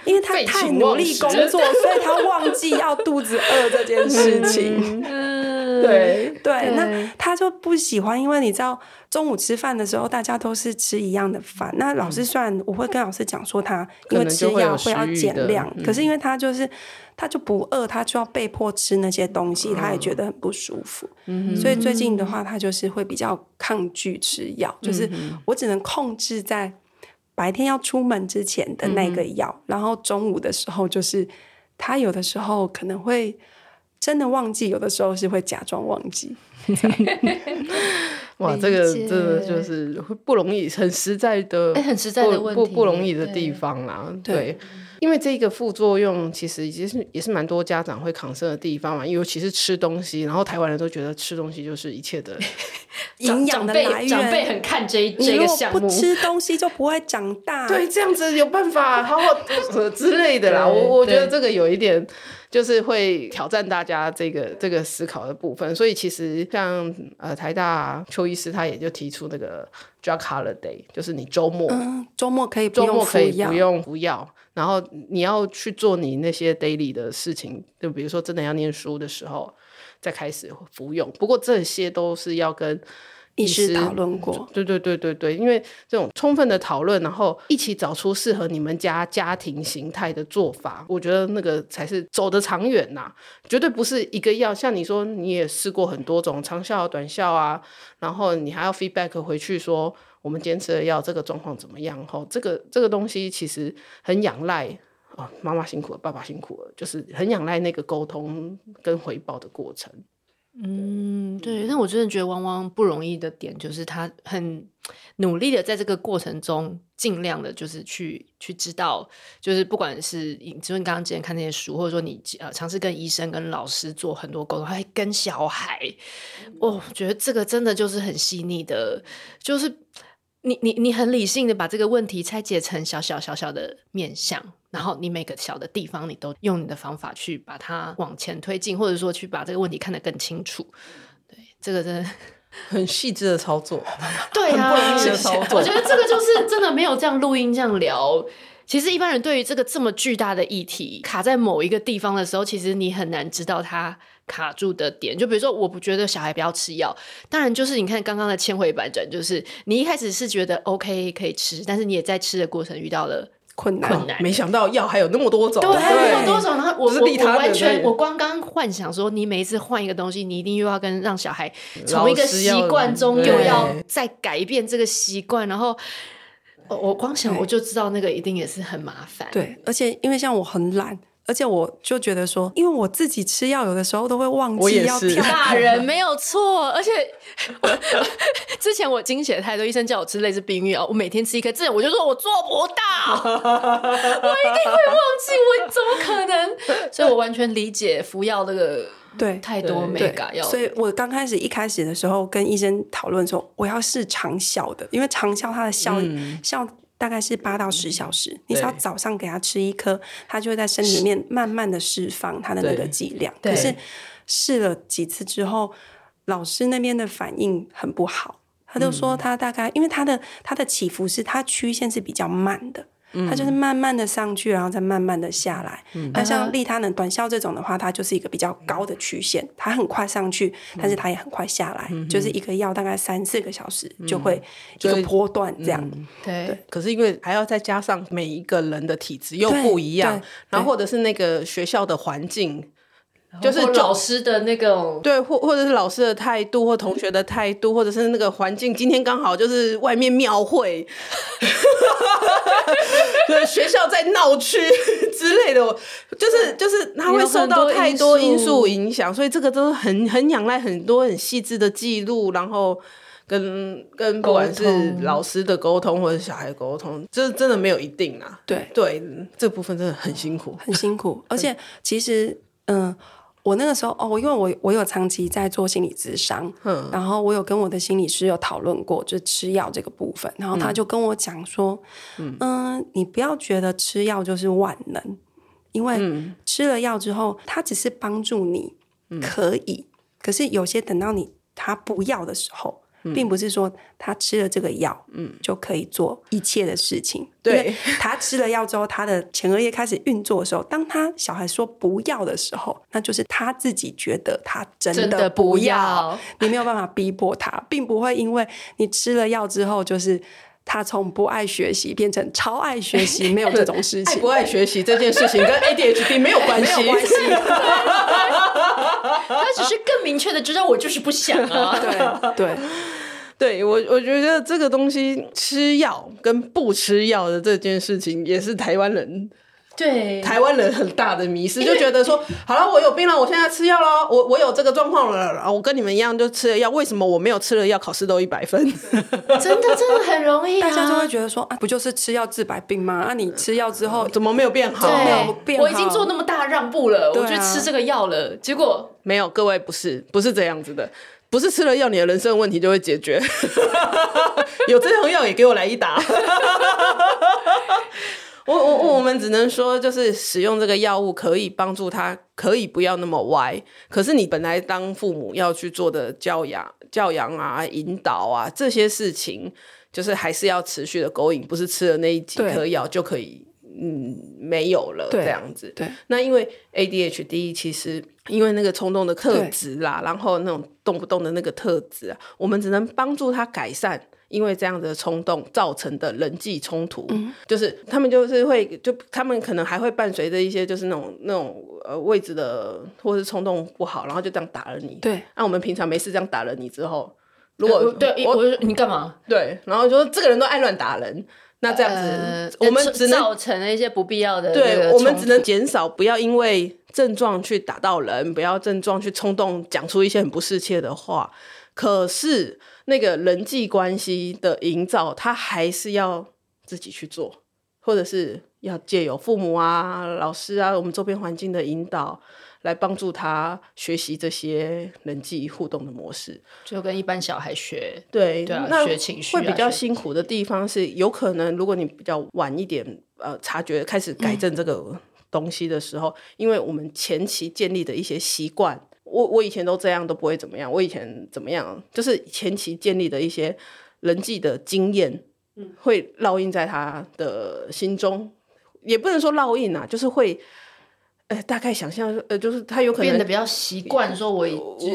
S3: 因为他
S2: 废寝
S3: 太努
S2: 忘
S3: 力
S2: 食
S3: 工作，所以他忘记要肚子饿这件事情。
S1: 呃
S2: 对，
S3: 对，那他就不喜欢，因为你知道中午吃饭的时候，大家都是吃一样的饭。那老师虽然我会跟老师讲说他因
S2: 嗯可
S3: 为
S2: 能
S3: 吃
S2: 就会有
S3: 药会要
S2: 食欲
S3: 减
S2: 的嗯
S3: 量，可是因为他就是他就不饿，他就要被迫吃那些东西，他也觉得很不舒服。所
S2: 嗯
S3: 以最近的话，他就是会比较抗拒吃药，就是
S2: 嗯
S3: 我只能控制在白天要出门之前的那个
S2: 嗯
S3: 药，然后中午的时候就是他有的时候可能会。真的忘记，有的时候是会假装忘记。
S2: 哇，这个
S1: 理解
S2: 这个就是不容易，很实在的，
S1: 哎很实在的
S2: 不
S1: 问
S2: 不
S1: 题
S2: 不容易的
S1: 对
S2: 地方啦，
S3: 对
S2: 对。因为这个副作用，其实也是也是蛮多家长会抗生的地方嘛，尤其是吃东西，然后台湾人都觉得吃东西就是一切的
S3: 营养
S1: 长
S3: 的
S1: 辈
S3: 来源，
S1: 长辈很看这一
S3: 你
S1: 这
S3: 如
S1: 个
S3: 果
S1: 项
S3: 不
S1: 目，
S3: 吃东西就不会长
S1: (laughs)
S3: 大。
S2: 对，这样子有办法好好呃之类的啦。
S1: 对
S2: 我我觉得
S1: 对
S2: 这个有一点就是会挑战大家这个这个思考的部分。所以其实像呃台大邱医师他也就提出那个 drug holiday，就是你周末、
S3: 嗯，周末可以不
S2: 周末
S3: 用服
S2: 可以
S3: 药
S2: 不。用服药，然后你要去做你那些 daily 的事情，就比如说真的要念书的时候再开始服用。不过这些都是要跟
S3: 医师讨论过，
S2: 对对对对对，因为这种充分的讨论，然后一起找出适合你们家家庭形态的做法，我觉得那个才是走得长远呐、绝对不是一个药。像你说，你也试过很多种长效、短效啊，然后你还要 feedback 回去说我们坚持的药这个状况怎么样？吼，这个这个东西其实很仰赖。哦，妈妈辛苦了，爸爸辛苦了，就是很仰赖那个沟通跟回报的过程。
S1: 嗯，对。但我真的觉得汪汪不容易的点就是他很努力的在这个过程中，尽量的就是去去知道，就是不管是你就是你刚刚之前看那些书，或者说你呃尝试跟医生、跟老师做很多沟通，还跟小孩，哦，我觉得这个真的就是很细腻的，就是。你你你很理性的把这个问题拆解成小小小小的面向，然后你每个小的地方，你都用你的方法去把它往前推进，或者说去把这个问题看得更清楚。对，这个真的
S2: 很细致的操作，
S1: 对啊，
S2: (laughs) 很不容易的操作
S1: 我觉得这个就是真的没有这样录音这样聊。其实一般人对于这个这么巨大的议题卡在某一个地方的时候，其实你很难知道它卡住的点。就比如说，我不觉得小孩不要吃药，当然就是你看刚刚的千回百转，就是你一开始是觉得 OK 可以吃，但是你也在吃的过程遇到了。
S3: 困难，
S1: 困难
S2: 没想到药还有那么多种，
S1: 对，还有那么多种，然后我
S2: 不是
S1: 我
S2: 利他
S1: 我
S2: 的
S1: 完全，
S2: 对
S1: 我光刚幻想说，你每一次换一个东西，你一定又要跟让小孩从
S2: 老
S1: 一个
S2: 师
S1: 习
S2: 要
S1: 惯中又
S2: 对
S1: 要再改变这个习惯，然后我我光想
S3: 对
S1: 我就知道那个一定也是很麻烦。，
S3: 对，而且因为像我很懒，而且我就觉得说，因为我自己吃药，有的时候都会忘
S2: 我也
S3: 记要
S2: 是
S3: 跳。
S1: 大人没有错，而且 (laughs) 之前我经血太多，医生叫我吃类似避孕药，我每天吃一颗，这我就说我做不到， (laughs) 我一定会忘记，我怎么可能？所以我完全理解服药这个。
S3: 对，
S1: 太多美
S3: 对
S1: 感要，
S3: 所以我刚开始一开始的时候跟医生讨论说，我要试长效的，因为长效它的效、
S1: 嗯
S3: 效大概是八到十小时，你只要
S2: 对
S3: 早上给它吃一颗，它就会在身体里面慢慢的释放它的那个
S2: 对
S3: 剂量。
S1: 对
S3: 可是试了几次之后，老师那边的反应很不好，他就
S2: 嗯
S3: 说他大概、因为他的他的起伏是它曲线是比较慢的。
S2: 嗯
S3: 它就是慢慢的上去，然后再慢慢的下来。那、像
S2: 嗯
S3: 利他能短效这种的话，它就是一个比较高的曲线，它很快上去，但是它也很快下来，
S2: 嗯
S3: 就是一个药大概三四个小时就会一个
S2: 就嗯
S3: 波段这样。
S1: 对，
S2: 可是因为还要再加上每一个人的体质又
S3: 对
S2: 不一样
S3: 对，
S2: 然后
S3: 对
S2: 或者是那个学校的环境，
S1: 就
S2: 就是
S1: 是
S2: 总
S1: 老师的那种。
S2: 对，或或者是老师的态度，或同学的态度，或者是那个环境。今天刚好就是外面庙会， (laughs) 对，学校在闹区之类的，就是就是他会
S1: 有
S2: 受
S1: 很
S2: 到
S1: 多
S2: 太
S1: 因
S2: 多因
S1: 素
S2: 素影响，所以这个都很很仰赖很多很细致的记录，然后。跟跟不管
S1: 沟
S2: 是
S1: 通
S2: 老师的沟通或者小孩的沟通，这真的没有一定啊。
S3: 对，
S2: 对，这部分真的很辛苦。
S3: 很辛苦。而且其实，嗯、我那个时候哦，因为我我有长期在做心理咨商，
S2: 嗯
S3: 然后我有跟我的心理师有讨论过，就是吃药这个部分，然后他就跟我讲说，嗯、你不要觉得吃药就是万能，因为吃了药之后，它只是帮助你可以，可是有些等到你他不要的时候。并不是说他吃了这个药，嗯，就可以做一切的事情。
S2: 对
S3: 因为他吃了药之后，他的前额叶开始运作的时候，当他小孩说不要的时候，那就是他自己觉得他真
S1: 真
S3: 的
S1: 的不
S3: 要，
S1: 要
S3: 你没有办法逼迫他，并不会因为你吃了药之后就是。他从不爱学习变成超爱学习，没有这种事
S2: 爱
S3: 情 (laughs)
S2: 不。爱学习这件事 (laughs) 情跟 ADHD 没有关系，
S1: (laughs) 他只是更明确的知道我就是不想
S2: (laughs)
S1: 啊。
S3: (laughs) 对对，
S2: (laughs) 对我，我觉得这个东西吃药跟不吃药的这件事情，也是台湾人
S1: 对，
S2: 台湾人很大的迷失，就觉得说，好了，我有病了，我现在吃药了，我我有这个状况了，然后我跟你们一样就吃了药，为什么我没有吃了药考试都一百分？ (laughs)
S1: 真的真的很容易啊。
S3: 大家就会觉得说啊，不就是吃药治百病吗？啊，你吃药之后
S2: 怎么没有变好？
S3: 没有
S1: 对，
S3: 变
S1: 我已经
S3: 好
S1: 做那么大让步了，
S3: 对啊
S1: 我去吃这个药了，结果
S2: 没有，各位不是不是这样子的，不是吃了药你的人生问题就会解决， (laughs) 有这种药也给我来一打。 (laughs) 我我我我们只能说，就是使用这个药物可以帮助他，可以不要那么歪。可是你本来当父母要去做的教养、教养啊、引导啊这些事情，就是还是要持续的勾引，不是吃了那一几
S3: 对
S2: 颗药就可以，嗯，没有了
S3: 对
S2: 这样子。
S3: 对
S2: 那因为 ADHD 其实因为那个冲动的特质啦，然后那种动不动的那个特质啊，我们只能帮助他改善。因为这样的冲动造成的人际冲突，
S1: 嗯
S2: 就是他们就是会就他们可能还会伴随着一些就是那种那种呃位置的或是冲动不好，然后就这样打了你。
S3: 对，
S2: 那、我们平常没事这样打了你之后，如果、
S1: 呃对，我
S2: 我
S1: 就你干嘛？
S2: 对，然后就说这个人都爱乱打人，那这样子、
S1: 呃
S2: 我们
S1: 造
S2: 只能
S1: 造成了一些不必要的那个冲
S2: 对，
S1: 突，
S2: 我们只能减少，不要因为症状去打到人，不要症状去冲动讲出一些很不适切的话。可是那个人际关系的营造，他还是要自己去做，或者是要借由父母啊、老师啊、我们周边环境的引导，来帮助他学习这些人际互动的模式。
S1: 就跟一般小孩学，
S2: 对，
S1: 对啊
S2: 那
S1: 学情绪啊
S2: 会比较
S1: 学
S2: 辛苦的地方是，有可能如果你比较晚一点，呃，察觉开始改正这个东西的时候，因为我们前期建立的一些习惯。我我以前都这样都不会怎么样，我以前怎么样，就是前期建立的一些人际的经验，
S1: 嗯
S2: 会烙印在他的心中，也不能说烙印啊，就是会。呃，大概想象，呃，就是他有可能
S1: 变得比较习惯，说我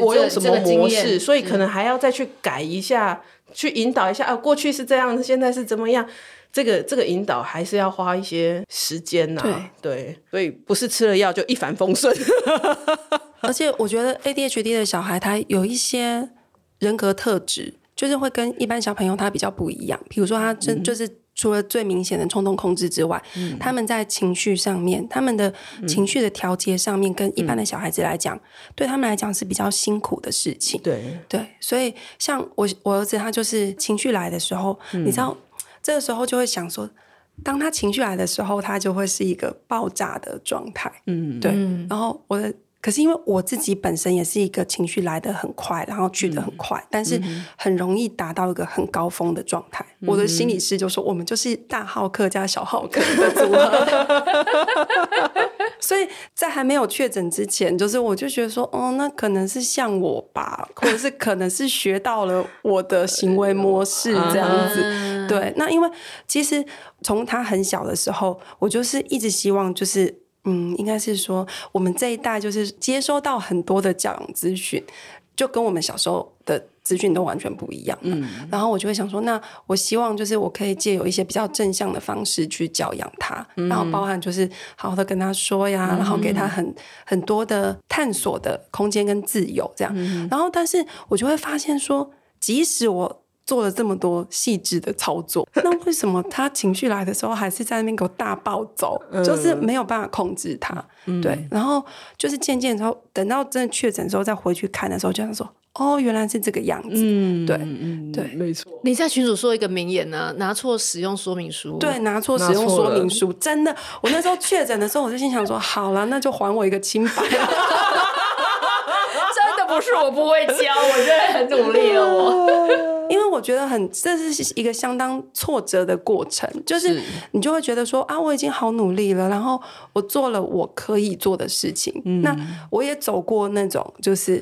S2: 我用什么模式，所
S1: 以
S2: 以
S3: 嗯
S2: 可能还要再去改一下，去引导一下啊，过去是这样，现在是怎么样？这个这个引导还是要花一些时间呐、对，所以不是吃了药就一帆风顺。
S3: 而且我觉得 ADHD 的小孩他有一些人格特质，就是会跟一般小朋友他比较不一样。比如说他真、就是除了最明显的冲动控制之外，他们在情绪上面，他们的情绪的调节上面，跟一般的小孩子来讲，对他们来讲是比较辛苦的事情。
S2: 对，
S3: (laughs) 对，所以像我我儿子他就是情绪来的时候，你知道，这个时候就会想说，当他情绪来的时候，他就会是一个爆炸的状态。
S2: 嗯，
S3: 对，然后我的。可是因为我自己本身也是一个情绪来得很快，然后去得很快，但是很容易达到一个很高峰的状态。我的心理师就说，我们就是大浩克加小浩克的组合。 (laughs) 所以在还没有确诊之前，就是我就觉得说，哦，那可能是像我吧，或者是可能是学到了我的行为模式
S1: 哎
S3: 这样
S1: 啊
S3: 子。
S1: 嗯
S3: 对，那因为其实从他很小的时候，我就是一直希望就是。嗯，应该是说我们这一代就是接收到很多的教养资讯，就跟我们小时候的资讯都完全不一样。嗯，然后我就会想说，那我希望就是我可以借有一些比较正向的方式去教养他，然后包含就是好好的跟他说呀，然后给他很很多的探索的空间跟自由这样。然后，但是我就会发现说，即使我做了这么多细致的操作，那为什么他情绪来的时候还是在那边给我大暴走，就是没有办法控制他？对，然后就是渐渐之后，等到真的确诊之后再回去看的时候，就想说，哦，原来是这个样子。
S2: 嗯
S3: 对
S2: 嗯
S3: 对
S2: 没错，
S1: 你在群主说一个名言呢、拿错使用说明书，
S3: 对，，拿错使
S2: 拿
S3: 用
S2: 错
S3: 说
S2: 了
S3: 明书，真的，我那时候确诊的时候，我就心想说，好了，那就还我一个清白。
S1: 真的不是我不会教，我真的很努力了， (laughs) 我
S3: 因为我觉得很，这是一个相当挫折的过程，就是
S2: 是
S3: 你就会觉得说啊，我已经好努力了，然后我做了我可以做的事情，那我也走过那种，就是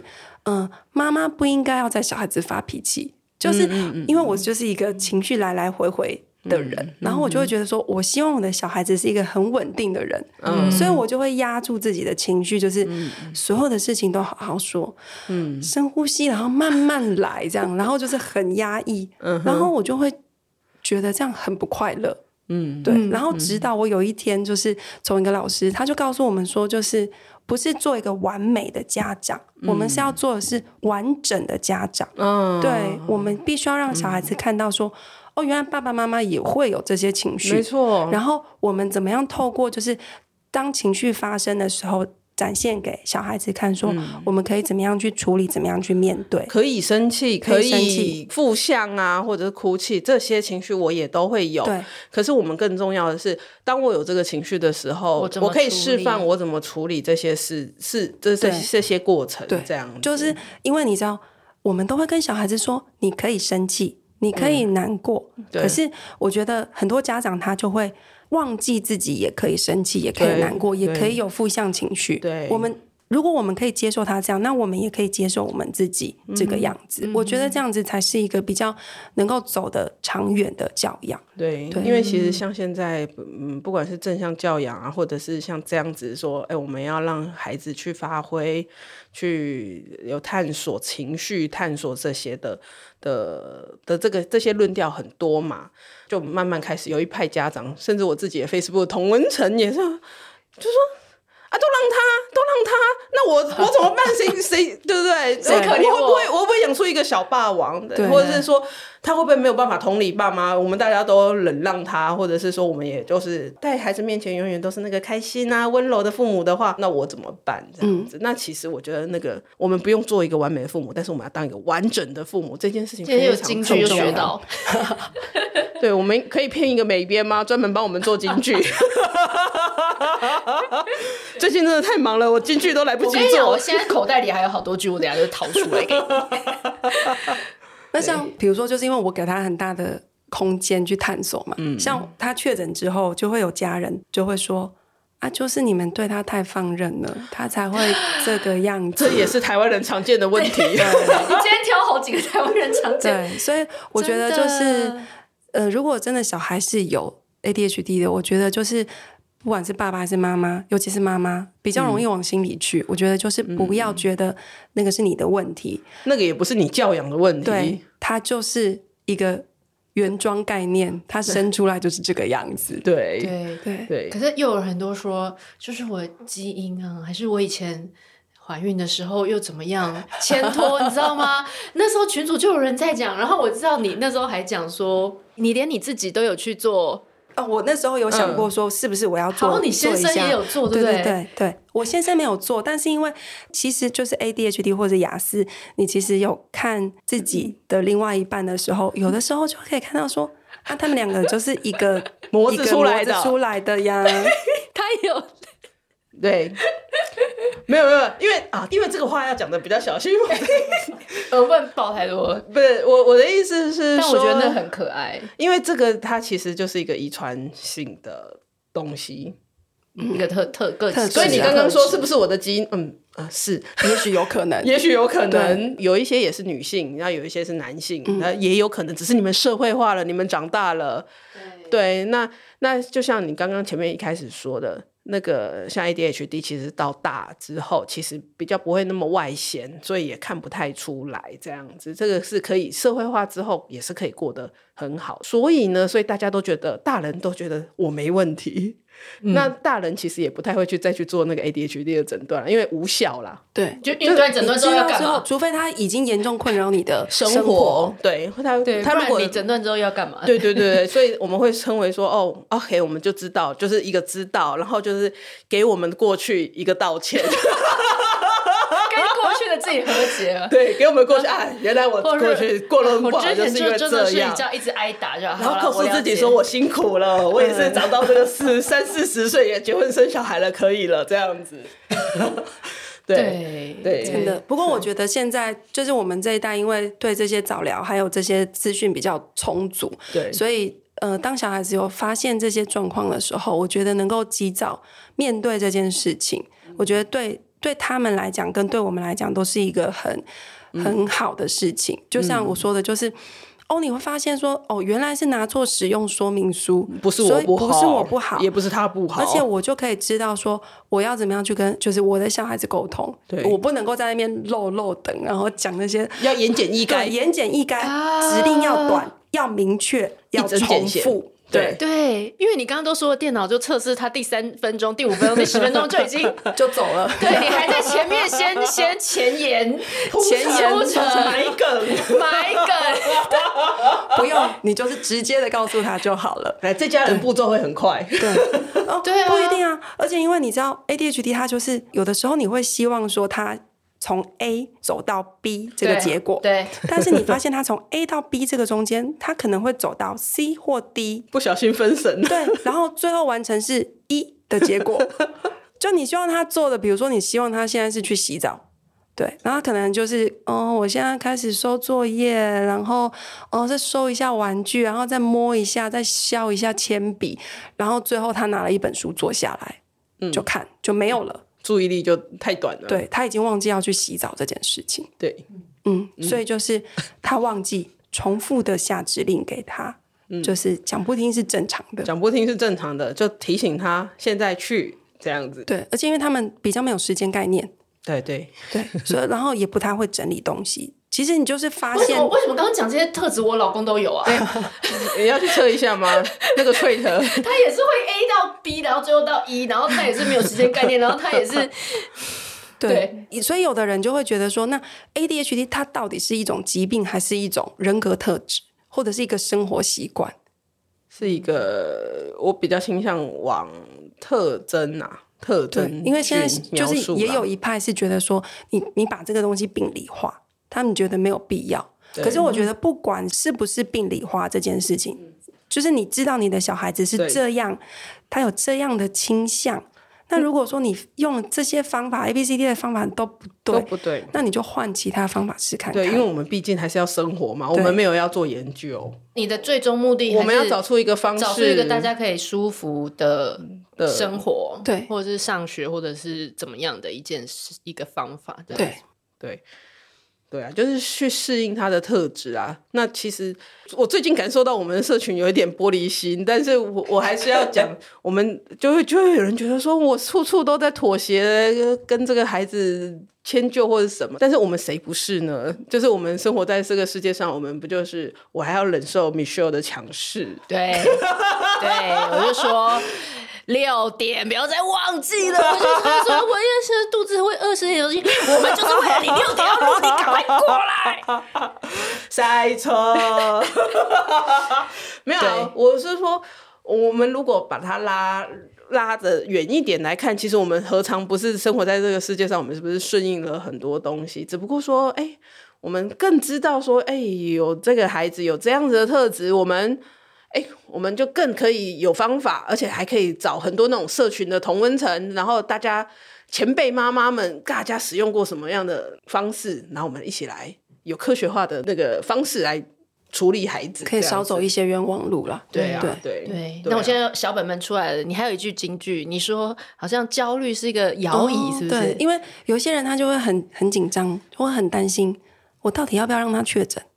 S3: 嗯、呃妈妈不应该要在小孩子发脾气，就是因为我就是一个情绪来来回回。的人，然后我就会觉得说，我希望我的小孩子是一个很稳定的人，所以我就会压住自己的情绪，就是所有的事情都好好说，
S2: 嗯
S3: 深呼吸，然后慢慢来，这样，然后就是很压抑，然后我就会觉得这样很不快乐，
S2: 嗯，
S3: 对。然后直到我有一天，就是从一个老师，他就告诉我们说，就是不是做一个完美的家长，我们是要做的是完整的家长。
S2: 嗯，
S3: 对，我们必须要让小孩子看到说，哦，原来爸爸妈妈也会有这些情绪，
S2: 没错，
S3: 然后我们怎么样透过就是当情绪发生的时候，展现给小孩子看说，我们可以怎么样去处理，怎么样去面对。
S2: 可以生气，
S3: 可
S2: 可
S3: 以生气
S2: 以负向啊，或者是哭泣，这些情绪我也都会有。
S3: 对，
S2: 可是我们更重要的是，当我有这个情绪的时候，
S1: 我
S2: 我
S1: 怎么
S2: 可以
S1: 处
S2: 示范
S1: 理
S2: 我怎么处理这些事，是这这
S3: 对
S2: 这些过程
S3: 对，
S2: 这样子
S3: 就是因为你知道，我们都会跟小孩子说，你可以生气，你可以难过，
S2: 嗯对
S3: 可是我觉得很多家长他就会。忘记自己也可以生气，也可以
S2: 对
S3: 难过，也
S2: 对
S3: 可以有负向情绪。
S2: 对
S3: 我们如果我们可以接受他这样，那我们也可以接受我们自己这
S2: 嗯
S3: 个样子。我觉得这样子才是一个比较能够走得长远的教养。
S2: 对，
S3: 对
S2: 因为其实像现在，嗯，不管是正向教养啊，或者是像这样子说，哎，我们要让孩子去发挥，去有探索情绪、探索这些的的的这个这些论调很多嘛，就慢慢开始有一派家长，甚至我自己的 Facebook 同文成也是，就说。啊，都让他，都让他，那我我怎么办？谁谁对不对？
S1: 谁可怜我
S2: 我会不会我会不会养出一个小霸王的
S3: 对？
S2: 或者是说他会不会没有办法同理爸妈？我们大家都忍让他，或者是说我们也就是在孩子面前永远都是那个开心啊、温柔的父母的话，那我怎么办？这
S1: 嗯
S2: 样子，那其实我觉得那个我们不用做一个完美的父母，但是我们要当一个完整的父母，这件事情
S1: 今天
S2: 非
S1: 有
S2: 常
S1: 京
S2: 重
S1: 剧又
S2: 要
S1: 学。到，
S2: 对，我们可以骗一个美编吗？专门帮我们做京剧。 (laughs) 最近真的太忙了，我京剧都来不
S1: 我跟
S2: 及
S1: 你讲，我
S2: 做。
S1: 现在口袋里还有好多句，我等一下就掏出来给 (laughs) 你。
S3: 那像比如说，就是因为我给他很大的
S1: 嗯
S3: 空间去探索嘛，像他确诊之后，就会有家人就会说。啊，啊，就是你们对他太放任了，他才会这个
S1: (laughs)
S3: 样子。
S2: 这也是台湾人常见的问题。
S1: 你今天挑好几个台湾人常见，
S3: 对，所以我觉得就
S1: 真
S3: 是
S1: 的嗯
S3: 呃，如果真的小孩是有 ADHD 的，我觉得就是呃不管是爸爸还是妈妈，尤其是妈妈，比较容易往心里去。我觉得就是不要觉得那个是你的问题，
S1: 嗯
S2: 那个也不是你教养的问
S3: 对
S2: 题，，
S3: 它就是一个原装概念，它生出来就是这个样子。
S2: 对
S1: 对
S3: 对，
S2: 对
S1: 可是又有很多说，就是我基因啊，还是我以前怀孕的时候又怎么样牵拖，你知道吗？ (laughs) 那时候群主就有人在讲，然后我知道你那时候还讲说，你连你自己都有去做，
S3: 哦，我那时候有想过说，是不是我要
S1: 嗯
S3: 做？
S1: 好像你
S3: 做
S1: 先
S3: 一
S1: 生
S3: 下
S1: 也有做，
S3: 对
S1: 不
S3: 对对对，我先生没有做，但是因为其实就是 ADHD 或者雅思，你其实有看自己的另外一半的时候，有的时候就可以看到说，啊，他们两个就是一
S1: (laughs)
S3: 个
S2: 模子
S3: 一个
S2: 出来的
S3: 模子出来的呀，
S1: 他也有
S2: 对，没有没有，因为啊，因为这个话要讲的比较
S1: (laughs)
S2: 小心，因为我
S1: 呃问爆太多，
S2: 不是我我的意思是
S1: 但
S2: 说，
S1: 我觉得那很可爱，
S2: 因为这个它其实就是一个遗传性的东西，
S1: 一个特特啊个
S3: 特
S1: 性。
S3: 质
S2: 所以你刚刚说是不
S1: 是？
S2: 是我的基因？嗯啊是，
S3: 也许有可能。
S2: 也许有可能嗯有一些也是女性，然后有一些是男性，那、也有可能只是你们社会化了，你们长大了，对，那那就像你刚刚前面一开始说的。那个像 ADHD，其实到大之后，其实比较不会那么外显，所以也看不太出来这样子。这个是可以社会化之后，也是可以过得很好。所以呢，所以大家都觉得大人都觉得我没问题，那大人其实也不太会去再去做那个 ADHD 的诊断了，因为无效啦。
S3: 对，
S1: 就云端诊断之后要
S3: 你知道
S1: 干
S3: 之后
S1: 嘛？
S3: 除非他已经严重困扰你的
S2: 生
S3: 活，
S2: 对他
S1: 对，
S2: 他
S1: 不
S2: 如
S1: 然
S2: 果
S1: 你诊断之后要干嘛？ (laughs)
S2: 对对对，对所以我们会称为说哦，OK，我们就知道，就是一个知道，然后就是给我们过去一个道歉， (laughs)
S1: 跟过去的自己和解了。
S2: 对，给我们过去啊，原来我
S1: 或者
S2: 过去过了
S1: 我
S2: 不好，
S1: 之前
S2: 是因为
S1: 真的
S2: 这
S1: 是
S2: 样
S1: 这。样一直挨打就好了。
S2: 然后告诉自己说：“
S1: 我
S2: 我
S1: 了
S2: 辛苦了，我也是长到这个四三四十岁，也结婚生小孩了，可以了，这样子。 (laughs)
S1: 解
S2: 对”对
S3: 真的。不
S1: 啊
S3: 过我觉得现在就是我们这一代，因为对这些早疗还有这些资讯比较充足，
S2: 对
S3: 所以呃，当小孩子有发现这些状况的时候，我觉得能够及早面对这件事情，我觉得对对他们来讲跟对我们来讲都是一个很
S2: 嗯
S3: 很好的事情。就像我说的，就是。哦，你会发现说，哦，原来是拿错使用说明书，
S2: 嗯不是
S3: 所
S2: 我
S3: 以
S2: 不好，
S3: 不是我不好，
S2: 也不是他不好，
S3: 而且我就可以知道说我要怎么样去跟就是我的小孩子沟通，
S2: 对
S3: 我不能够在那边漏漏等，然后讲那些
S2: 要言简意赅
S3: 对，言简意赅，
S1: 啊
S3: 指令要短，要明确，要
S2: 针见
S3: 重
S2: 血
S3: 复，
S2: 对
S1: 对，因为你刚刚都说电脑就测试它第三分钟、第五分钟、第十分钟就
S2: (laughs)
S1: 已经，
S3: 就走了。 (laughs)
S1: 对你还在前面先先前
S2: (laughs)
S1: 言、
S3: 前言
S1: 铺陈、
S2: 埋梗。 (laughs)
S1: 埋梗，
S3: 不用，你就是直接的告诉他就好了。
S2: 来，这家人步骤会很快，
S3: 对， (laughs) 哦，
S1: 对啊
S3: 不一定啊。而且因为你知道 ADHD，它就是有的时候你会希望说他从 A 走到 B 这个
S1: 对
S3: 结果，
S1: 对， (laughs)
S3: 但是你发现他从 A 到 B 这个中间，他可能会走到 C 或 D
S2: 不小心分
S3: (laughs)
S2: 神。
S3: 对，然后最后完成是一的结 (laughs) 果。就你希望他做的，比如说你希望他现在是去洗澡，对，然后他可能就是，哦，我现在开始收作业，然后哦再收一下玩具，然后再摸一下，再削一下铅笔，然后最后他拿了一本书坐下来，就看就没有了。
S2: 注意力就太短了。
S3: 嗯对他已经忘记要去洗澡这件事情，
S2: 对
S3: 嗯，所以就是他忘记重复的下指令给他，就是讲不听是嗯正常的。
S2: 讲不听是正常的，就提醒他现在去这样子。
S3: 对，而且因为他们比较没有时间概念，
S2: 对对，
S3: 对，所以然后也不太会整理东西。其实你就是发
S1: 为什
S3: 现
S1: 么，为什么刚刚讲这些特质我老公都有啊？
S2: 你要去测一下吗？ (laughs) 那个 t r a
S1: (laughs)
S2: t
S1: 他也是会 A 到 B，然后最后到 E，然后他也是没有时间概
S2: (laughs)
S1: 念，然后他也是
S3: 对，所以有的人就会觉得说，那 ADHD 它到底是一种疾病，还是一种人格特质，或者是一个生活习惯？
S2: 是一个我比较倾向往特征啊，特
S3: 对
S2: 征，，
S3: 因为现在就
S2: 描
S3: 是
S2: 述啦
S3: 也有一派是觉得说，你你把这个东西病理化，他们觉得没有必要。
S2: 对嗯
S3: 可是我觉得，不管是不是病理化这件事情，就是你知道你的小孩子是
S2: 对
S3: 这样，他有这样的倾向，
S2: 嗯
S3: 那如果说你用这些方法 A、B、C、D 的方法都不
S2: 都
S3: 对，
S2: 不对。
S3: 那你就换其他方法试看看。
S2: 对，因为我们毕竟还是要生活嘛，我
S3: 对
S2: 们没有要做研究，
S1: 你的最终目的还
S2: 我们要
S1: 是
S2: 找出一个方式，
S1: 找出一个大家可以舒服的
S2: 的
S1: 生活，
S3: 对
S1: 或者是上学，或者是怎么样的一件事一个方法，这样
S3: 对，
S2: 对，对啊，就是去适应他的特质啊。那其实我最近感受到我们的社群有一点玻璃心，但是我我还是要讲，我们就会就会有人觉得说我处处都在妥协，呃跟这个孩子迁就或者什么，但是我们谁不是呢？就是我们生活在这个世界上，我们不就是我还要忍受 Michelle 的强势？
S1: 对
S2: (laughs)
S1: 对，我就说。六点，不要再忘记
S2: (laughs)
S1: 了。我就跟他说，我也是肚子会饿十点东西，我们就是为了你六点要录，你赶快过来。
S2: 塞车， (laughs) 没有啊
S1: 对，
S2: 我是说，我们如果把它拉拉的远一点来看，其实我们何尝不是生活在这个世界上？我们是不是顺应了很多东西？只不过说，哎、我们更知道说，哎、有这个孩子有这样子的特质，我们。哎、我们就更可以有方法，而且还可以找很多那种社群的同温层，然后大家前辈妈妈们大家使用过什么样的方式，然后我们一起来有科学化的那个方式来处理孩子，
S3: 可以
S2: 这样
S3: 少走
S2: 子
S3: 一些冤枉路了。
S2: 对啊
S3: 对，
S2: 对
S1: 对，
S2: 啊
S1: 那我现在小本本出来了，你还有一句金句，你说好像焦虑是一个摇椅，是不
S3: 哦
S1: 是？
S3: 对，因为有些人他就会很很紧张，会很担心，我到底要不要让他确诊？
S1: 嗯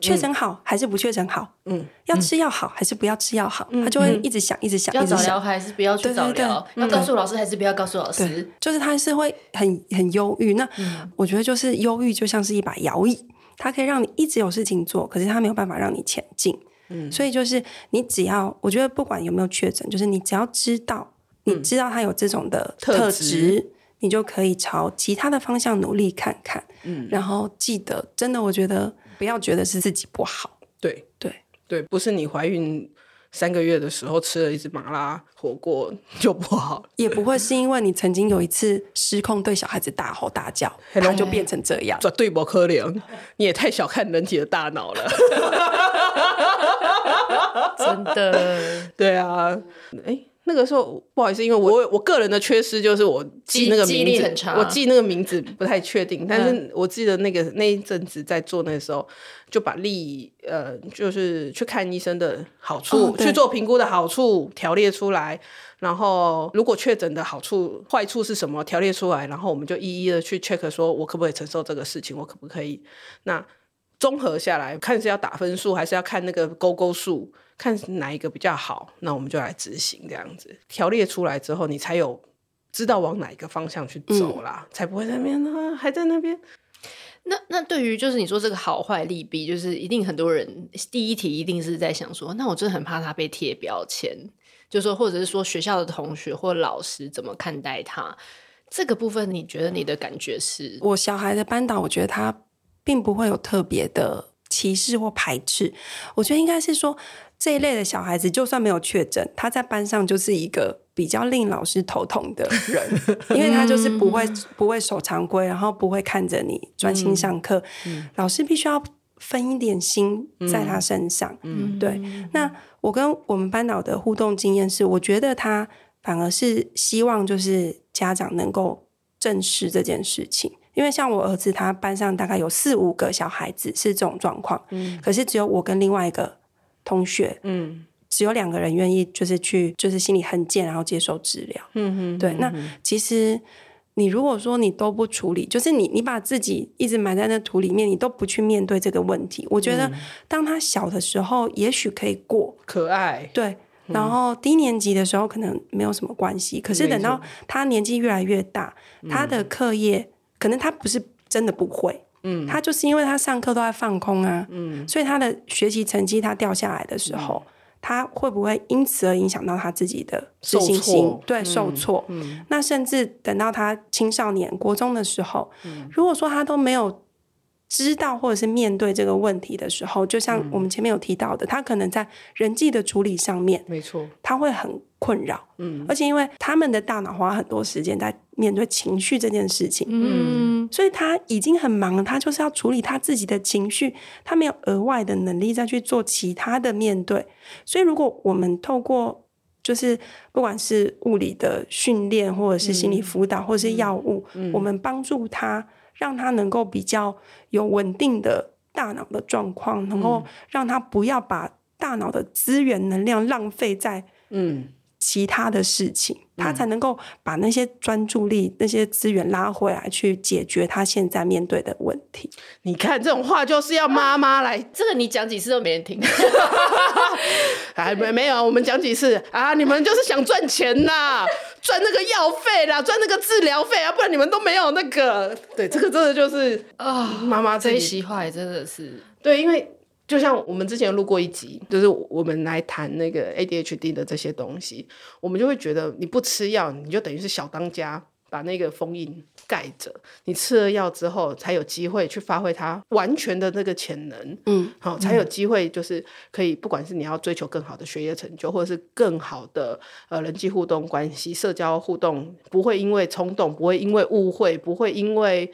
S3: 确诊好还是不确诊好？
S2: 嗯
S3: 嗯，要吃药好还是不要吃药好？他就会一直想，一直
S1: 嗯
S3: 想，
S1: 要
S3: 一直
S1: 找疗
S3: 想。
S1: 还是不要去
S3: 对
S1: 找
S3: 对对
S1: 疗？要
S3: 嗯
S1: 告诉老师还是不要告诉老
S3: 对嗯
S1: 师？，
S3: 就是他是会很很忧郁。那我觉得就是忧郁就像是一把摇椅，它可以让你一直有事情做，可是它没有办法让你前进。嗯，所以就是你只要，我觉得不管有没有确诊，就是你只要知道，你知道他有这种的
S2: 特
S3: 嗯特
S2: 质
S3: 质，你就可以朝其他的方向努力看看。嗯，然后记得，真的，我觉得不要觉得是自己不好。
S2: 对
S3: 对
S2: 对，不是你怀孕三个月的时候吃了一只麻辣火锅就不好， (laughs)
S3: 也不会是因为你曾经有一次失控对小孩子大吼大 (laughs) 叫，他就变成这样。
S2: 绝对不可能。你也太小看人体的大脑了。
S1: (laughs) 真的，
S2: 对啊，哎、那个时候不好意思，因为我我个人的缺失就是我记
S1: 记
S2: 那个
S1: 记忆
S2: 名
S1: 力
S2: 字
S1: 很差
S2: 我记那个名字不太确 (laughs) 定，但是我记得那个那一阵子在做那个时候，就把利呃就是去看医生的好处，
S3: 哦对
S2: 去做评估的好处条列出来，然后如果确诊的好处坏处是什么条列出来，然后我们就一一的去 check 说我可不可以承受这个事情，我可不可以那。综合下来，看是要打分数，还是要看那个勾勾数，看哪一个比较好，那我们就来执行这样子。条列出来之后，你才有知道往哪一个方向去走啦，才不会在那边呢，还在那边。
S1: 那那对于就是你说这个好坏利弊，就是一定很多人第一题一定是在想说，那我真的很怕他被贴标签，就说或者是说学校的同学或老师怎么看待他。这个部分，你觉得你的感觉是？
S3: 我小孩的班导，我觉得他并不会有特别的歧视或排斥。我觉得应该是说，这一类的小孩子，就算没有确诊，他在班上就是一个比较令老师头痛的
S1: (laughs)
S3: 人，因为他就是不
S1: 嗯
S3: 会不会守常规，然后不会看着你专心上课，
S1: 嗯
S3: 老师必须要分一点心在他身上。
S1: 嗯，
S3: 对，那我跟我们班导的互动经验是，我觉得他反而是希望就是家长能够正视这件事情，因为像我儿子他班上大概有四五个小孩子是这种状况，可是只有我跟另外一个同学，
S2: 嗯
S3: 只有两个人愿意就是去就是心理横健，然后接受治疗。
S2: 嗯嗯，
S3: 对，那其实你如果说你都不处理，就是你你把自己一直埋在那土里面，你都不去面对这个问题。我觉
S2: 嗯
S3: 得当他小的时候，也许可以过，
S2: 可爱。
S3: 对。然后低年级的时候可能没有什么关系，可是等到他年纪越来越大，他的课业可能他不是真的不会，嗯，他就是因为他上课都在放空啊，嗯，所以他的学习成绩他掉下来的时候，他会不会因此而影响到他自己的自信
S2: 受
S3: 心
S2: 挫？
S3: 对，受挫。那甚至等到他青少年国中的时候，如果说他都没有知道或者是面对这个问题的时候，就像我们前面有提到的，他可能在人际的处理上面，
S2: 没错，
S3: 他会很困扰，嗯，而且因为他们的大脑花很多时间在面对情绪这件事情，
S1: 嗯，
S3: 所以他已经很忙了，他就是要处理他自己的情绪，他没有额外的能力再去做其他的面对。所以，如果我们透过就是不管是物理的训练，或者是心理辅导，或者是药物，我们帮助他，让他能够比较有稳定的大脑的状况，能够让他不要把大脑的资源能量浪费在
S2: 嗯，
S3: 其他的事情，
S1: 嗯
S3: 他才能够把那些专注力、那些资源拉回来，去解决他现在面对的问题。
S2: 你看这种话就是要妈妈来， (laughs)
S1: 这个你讲几次都没人听。 (laughs)
S2: 哎，没没有，我们讲几次啊？你们就是想赚钱啦，赚那个药费啦，赚那个治疗费啊，不然你们都没有那个。对，这个真的就是
S1: 啊、
S2: 妈妈自
S1: 这一
S2: 己
S1: 席话也真的是
S2: 对，因为就像我们之前录过一集，就是我们来谈那个 ADHD 的这些东西，我们就会觉得你不吃药，你就等于是小当家，把那个封印盖着。你吃了药之后，才有机会去发挥它完全的那个潜能，
S3: 嗯，
S2: 好、才有机会就是可以，不管是你要追求更好的学业成就，或者是更好的呃人际互动关系、社交互动，不会因为冲动，不会因为误会，不会因为。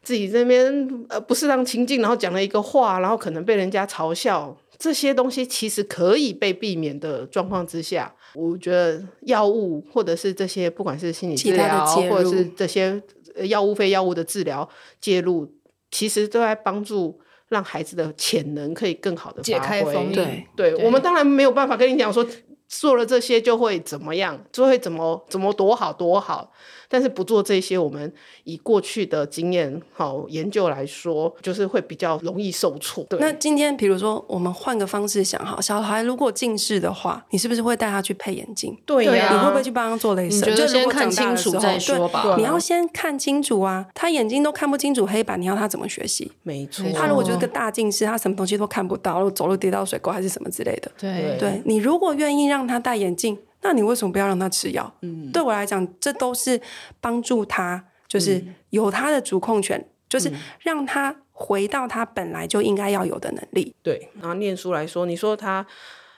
S2: 自己这边呃不适当情境，然后讲了一个话，然后可能被人家嘲笑，这些东西其实可以被避免的状况之下，我觉得药物或者是这些不管是心理治
S3: 其他的
S2: 疗，
S3: 介入
S2: 或者是这些呃药物费、药物的治疗介入，其实都在帮助让孩子的潜能可以更好的
S1: 解开封印
S3: 对，
S2: 对
S1: 对
S2: 我们当然没有办法跟你讲说做了这些就会怎么样，就会怎么怎么多好多好。但是不做这些，我们以过去的经验好研究来说，就是会比较容易受挫。对，
S3: 那今天比如说，我们换个方式想，好，小孩如果近视的话，你是不是会带他去配眼镜？
S2: 对
S1: 对
S2: 呀、
S1: 啊
S3: 你会不会去帮他做雷
S1: 你
S3: 射？
S1: 觉得
S3: 就如
S1: 先
S3: 果
S1: 看
S3: 长大的
S1: 清楚
S3: 时候
S1: 再说
S3: 对
S1: 吧
S2: 对啊
S3: 你要先看清楚啊，他眼睛都看不清楚黑板，你要他怎么学习？
S2: 没错，
S1: 没错
S3: 他如果就是个大近视，他什么东西都看不到，如果走路跌到水沟还是什么之类的。
S1: 对
S2: 对
S3: 对你如果愿意让他戴眼镜，那你为什么不要让他吃药？嗯，对我来讲，这都是帮助他，就是
S2: 嗯
S3: 有他的主控权，就是让他回到他本来就应该要有的能力。
S2: 对，然后念书来说，你说他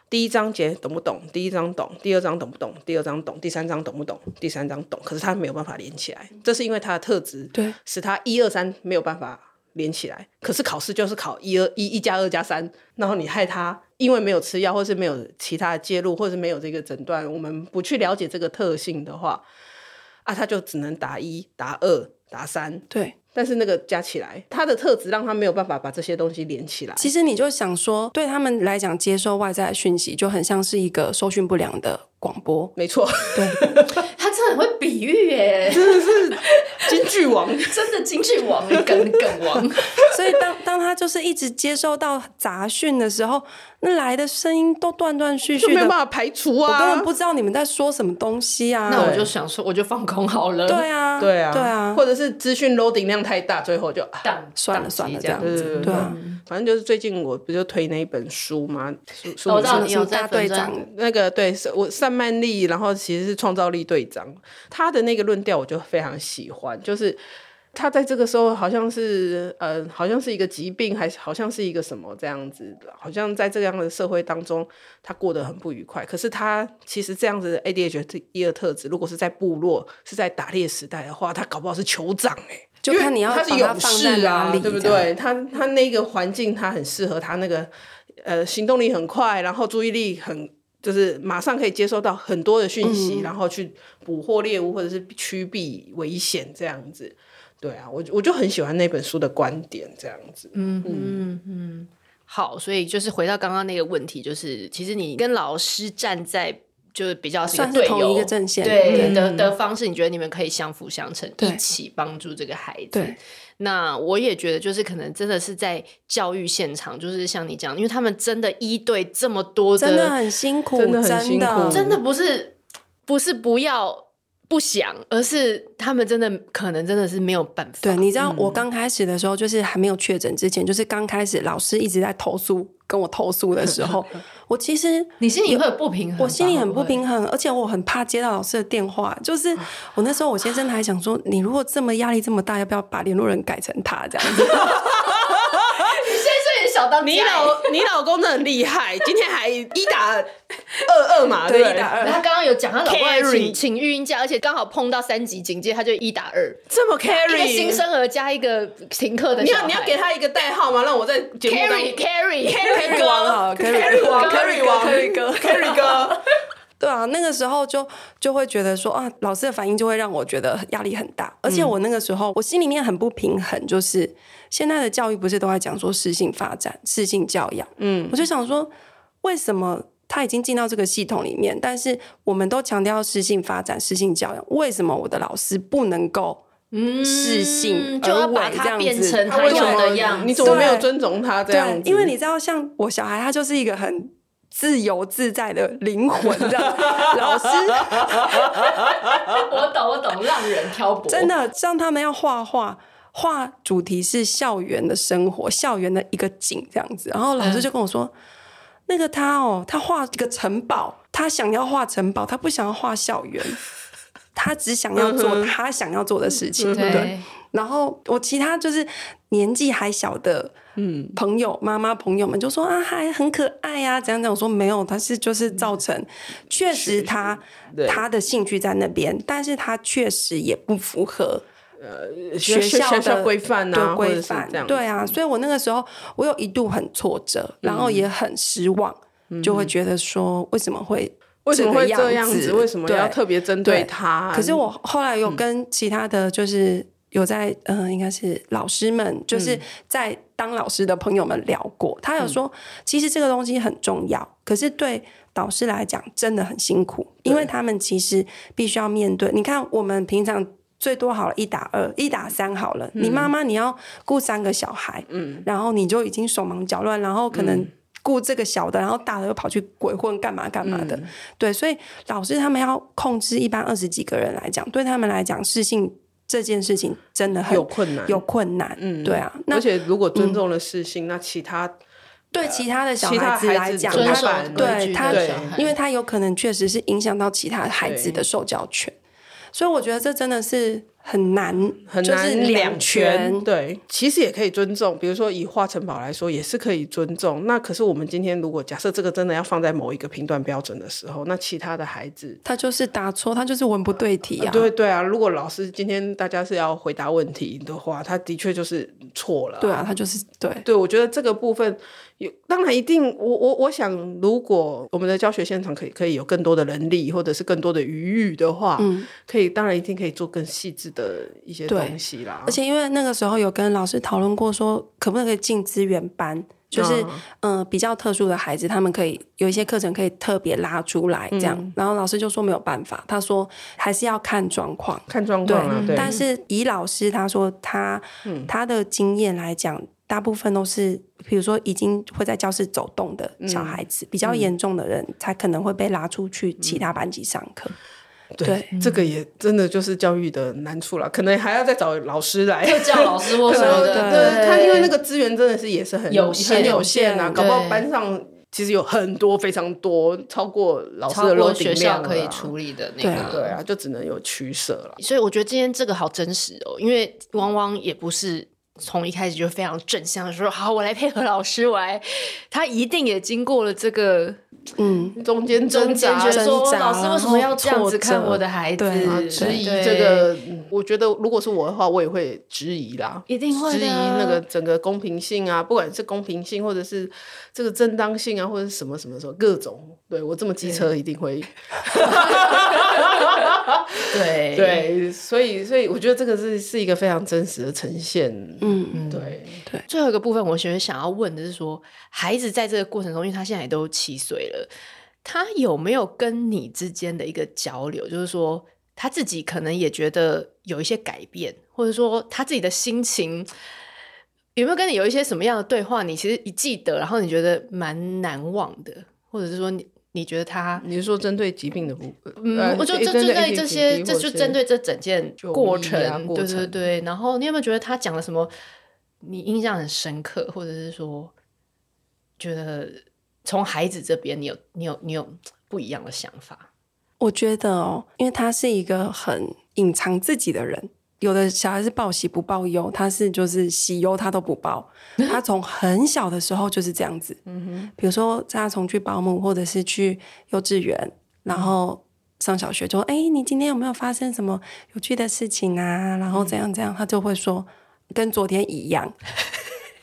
S2: 第一章节懂不懂？第一章懂，第二章懂不懂？第二章懂，第三章懂不懂？第三章懂，可是他没有办法连起来，这是因为他的特质，
S3: 对，
S2: 使他一二三没有办法连起来。可是考试就是考一二一一加二加三，然后你害他因为没有吃药，或是没有其他的介入，或是没有这个诊断，我们不去了解这个特性的话，啊，他就只能打一、打二、打三。
S3: 对，
S2: 但是那个加起来，他的特质让他没有办法把这些东西连起来。
S3: 其实你就想说，对他们来讲，接收外在的讯息就很像是一个收讯不良的广
S2: (laughs)
S3: 播。
S2: 没错，
S1: 他真的很会比喻
S3: (laughs)
S1: 耶，
S2: 京剧王。
S1: 真的京剧王梗梗王，
S3: 所以当当他就是一直接收到杂讯的时候，那来的声音都断断续
S2: 就
S3: 续
S2: 没有
S3: 的
S2: 办，法排除
S3: 我
S2: 啊！
S3: 根本不知道你们在说什么东西啊。
S1: 那我就想说，我就放空好了。
S3: 对啊，
S2: 对啊，
S3: 对啊
S2: 或，者是资讯 loading 量太大，最后就啊
S1: 当
S3: 算了
S1: 当
S3: 算
S1: 机
S3: 了，
S1: 这
S3: 这
S1: 样
S3: 样
S2: 对对
S3: 子
S2: 对，
S3: 对啊。
S2: 反正就是最近我不就推那一本书吗？书书
S1: 哦我
S2: 名
S1: 知道
S2: 是
S1: 你有在
S3: 大
S1: 粉
S3: 队
S1: 专
S3: 长，
S2: 那个对，是我散漫力，然后其实是创造力队长，他的那个论调我就非常喜欢，就是。他在这个时候好像是呃，好像是一个疾病，还是好像是一个什么这样子，好像在这样的社会当中，他过得很不愉快。可是他其实这样子的 ADHD 的特质，如果是在部落、是在打猎时代的话，他搞不好是酋长哎、
S3: 就看你要
S2: 因为他是
S3: 把它
S2: 勇
S3: 放在
S2: 士
S3: 哪
S2: 啊，
S3: 里，
S2: 对不
S3: 这样？
S2: 对？他他那个环境，他很适合他那个呃行动力很快，然后注意力很就是马上可以接收到很多的讯息，
S3: 嗯
S2: 然后去捕获猎物或者是驱避危险这样子。对啊，我我就很喜欢那本书的观点这样子。
S1: 嗯嗯嗯，好，所以就是回到刚刚那个问题，就是其实你跟老师站在就是比较是
S3: 算
S1: 队
S3: 是同
S1: 友
S3: 一个阵线
S1: 对
S3: 嗯
S1: 的的方式，你觉得你们可以相辅相成，
S3: 对
S1: 一起帮助这个孩子。
S3: 对，
S1: 那我也觉得，就是可能真的是在教育现场，就是像你讲，因为他们真的一对这么多
S3: 真的很辛苦，
S2: 真
S3: 真
S2: 的很辛
S3: 嗯
S2: 苦
S1: 真的不是不是不要不想，而是他们真的可能真的是没有办法。
S3: 对，你知道
S2: 嗯
S3: 我刚开始的时候，就是还没有确诊之前，就是刚开始老师一直在投诉，跟我投诉的时
S2: (laughs)
S3: 候，我其实
S1: 你心里会有不平衡吧，
S3: 我心里很
S1: 会
S3: 不
S1: 会
S3: 平衡，而且我很怕接到老师的电话。就是我那时候，我先生还想说，你如果这么压力这么大，要不要把联络人改成他
S2: (laughs)
S3: 这样子？
S1: 这也小当
S2: 你老
S3: 嗯
S2: 你老公真的很厉害，今天还一打二二
S3: (laughs)
S2: 嘛，对不
S3: 一打
S1: 他
S3: 二，
S1: 刚刚有讲，他老公还
S2: Carry
S1: 请请育婴假，而且刚好碰到三级警戒，他就一打二，
S2: 这么
S1: 一
S2: carry
S1: 个新。生儿加一个停课的
S2: 你
S1: 小
S2: 要
S1: 孩。
S2: 你要给他一个代号吗？让我在节目当
S1: carry carry
S2: carry
S3: 王好啊
S2: 哥
S3: ，Carry
S2: 王
S3: 王
S2: ，carry 王
S3: ，Carry 哥
S2: ，carry 哥
S3: 对啊，那个时候就就会觉得说啊，老师的反应就会让我觉得压力很大，而
S2: 嗯
S3: 且我那个时候我心里面很不平衡，就是现在的教育不是都在讲说适性发展、适性教养，嗯，我就想说，为什么他已经进到这个系统里面，但是我们都强调适性发展、适性教养，为什么我的老师不能够？
S1: 嗯
S3: 适性
S1: 就要把
S3: 而为这
S1: 它
S3: 样
S1: 变
S3: 子
S1: 成
S3: 他
S1: 他
S3: 为什
S1: 要
S3: 么
S1: 的样
S2: 你
S1: 子。
S2: 怎么没有
S3: 对
S2: 尊重他这样
S3: 对
S2: 子？，
S3: 因为你知道，像我小孩，他就是一个很自由自在的灵魂，这样。 (laughs) 老师
S1: 我懂，我懂，让人挑拨。
S3: 真的像他们要画画，画主题是校园的生活，校园的一个景这样子。然后老师就跟我说，那个他哦，他画一个城堡，他想要画城堡，他不想要画校园。他只想要做他想要做的事情，对。
S1: 对，
S3: 然后我其他就是年纪还小的，嗯，朋友、妈妈朋友们就说啊，还很可爱呀、啊，怎样怎样。我说没有，他是就是造成，确实他
S2: 嗯对
S3: 他的兴趣在那边，但是他确实也不符合
S2: 学
S3: 校
S2: 学校
S3: 的
S2: 规范啊，
S3: 对
S2: 或者
S3: 规
S2: 是
S3: 范
S2: 这样，，嗯
S3: 对啊。所以我那个时候我有一度很挫折，然后也很失望，就会觉得说为什么会
S2: 为什么会这样
S3: 这个样
S2: 子？
S3: 子
S2: 为什么要
S3: 对
S2: 特别针对他？
S3: 可是我后来有跟其他的就是有在嗯、呃应该是老师们，就是在当老师的朋友们聊过，他有说，其实这个东西很重要，可是对导师来讲真的很辛苦，因为他们其实必须要面对。你看，我们平常。最多好了，一打二，一打三好了。
S2: 嗯
S3: 你妈妈你要顾三个小孩，嗯，然后你就已经手忙脚乱，然后可能
S2: 嗯
S3: 顾这个小的，然后大的又跑去鬼混干嘛干嘛的。
S2: 嗯
S3: 对，所以老师他们要控制一般二十几个人来讲，对他们来讲，适性这件事情真的很
S2: 有困难，
S3: 有困难。
S2: 嗯
S3: 对啊，那嗯
S2: 而且如果尊重了事性，那其他
S3: 对其他的小
S2: 其他
S3: 孩子
S2: 孩
S3: 来
S2: 子
S3: 讲，
S2: 遵
S3: 他
S1: 守
S2: 反
S1: 规
S3: 对
S1: 矩
S3: 他
S1: 的
S2: 对
S1: 小孩
S3: 因为他有可能确实是影响到其他孩子
S2: 对
S3: 的受教权，所以我觉得这真的是很难，
S2: 很
S3: 就
S2: 难
S3: 是两
S2: 全。
S3: 全。
S2: 对，其实也可以尊重，比如说以华城堡来说，也是可以尊重。那可是我们今天如果假设这个真的要放在某一个评断标准的时候，那其他的孩子
S3: 他就是打错，他就是文不对题啊。
S2: 对对啊，如果老师今天大家是要回答问题的话，他的确就是错了、
S3: 对啊，，他就是对，
S2: 对我觉得这个部分有，当然一定，我我我想，如果我们的教学现场可以可以有更多的人力，或者是更多的余裕的话，
S3: 嗯，
S2: 可以，当然一定可以做更细致的一些
S3: 对
S2: 东西啦。
S3: 而且因为那个时候有跟老师讨论过，说可不可以进资源班，就是
S2: 啊
S3: 嗯、呃比较特殊的孩子，他们可以有一些课程可以特别拉出来这样。
S2: 嗯
S3: 然后老师就说没有办法，他说还是要看状况。
S2: 看状
S3: 对
S2: 况
S1: 嗯
S2: 啦，对，嗯
S3: 但是以老师他说他、他的经验来讲，大部分都是比如说已经会在教室走动的
S2: 嗯
S3: 小孩子，比较严重的人才可能会被拉出去其他班级上课。
S2: 嗯对
S3: 对
S2: 这个也真的就是教育的难处了，可能还要再找老师来。
S1: 特
S2: (laughs)
S1: 教老师或什么
S2: 对
S1: 的，
S2: 对，他因为那个资源真的是也是很
S1: 有限
S2: 很有限啊，
S3: 对
S2: 搞不好班上其实有很多非常多超过老师
S1: 超
S2: 的
S1: 过
S2: loading
S1: 学校
S2: 量了
S1: 可以
S2: 啊
S1: 处理的那
S3: 对
S1: 个
S3: 啊。
S2: 对啊，就只能有取舍了。
S1: 所以我觉得今天这个好真实哦，因为汪汪也不是从一开始就非常正向地说好，我来配合老师，我来，他一定也经过了这个
S3: 嗯，
S2: 中间
S1: 中
S2: 挣
S1: 间，
S2: 扎
S1: 觉得说
S3: 挣扎
S1: 老师为什么要这样子看我的孩子
S3: 然后挫折对，
S2: 啊质疑
S1: 对
S2: 这个，嗯我觉得如果是我的话，我也会质疑啦。
S1: 一定会
S2: 质
S1: 的
S2: 疑那个整个公平性啊，不管是公平性，或者是这个正当性啊，或者是什么什么什么各种，对我这么机车一定会
S1: 对
S2: 对，所以所以我觉得这个是是一个非常真实的呈现，
S3: 嗯，
S2: 对，
S1: 最后一个部分，我其实想要问的是说，孩子在这个过程中，因为他现在也都七岁了，他有没有跟你之间的一个交流？就是说，他自己可能也觉得有一些改变，或者说他自己的心情有没有跟你有一些什么样的对话？你其实一记得，然后你觉得蛮难忘的，或者是说你你觉得他。
S2: 你是说针对疾病的部分？
S1: 嗯
S2: 呃，
S1: 我就
S2: 对
S1: 就
S2: 针
S1: 针对
S2: 疫
S1: 这
S2: 情
S1: 些，
S2: 疾
S1: 这
S2: 或
S1: 就是针对这整件
S2: 就
S1: 过
S2: 医
S1: 程，
S2: 啊过
S1: 对对
S2: 程
S1: 对。然后你有没有觉得他讲了什么，你印象很深刻，或者是说，觉得从孩子这边你有你有你有不一样的想法？
S3: 我觉得哦，因为他是一个很隐藏自己的人。有的小孩是报喜不报忧，他是就是喜忧他都不报。 (laughs) 他从很小的时候就是这样子。嗯哼，比如说他从去保姆或者是去幼稚园，然后上小学就说：“哎、你今天有没有发生什么有趣的事情啊？”然后怎样怎样，他就会说跟昨天一 (laughs) 样。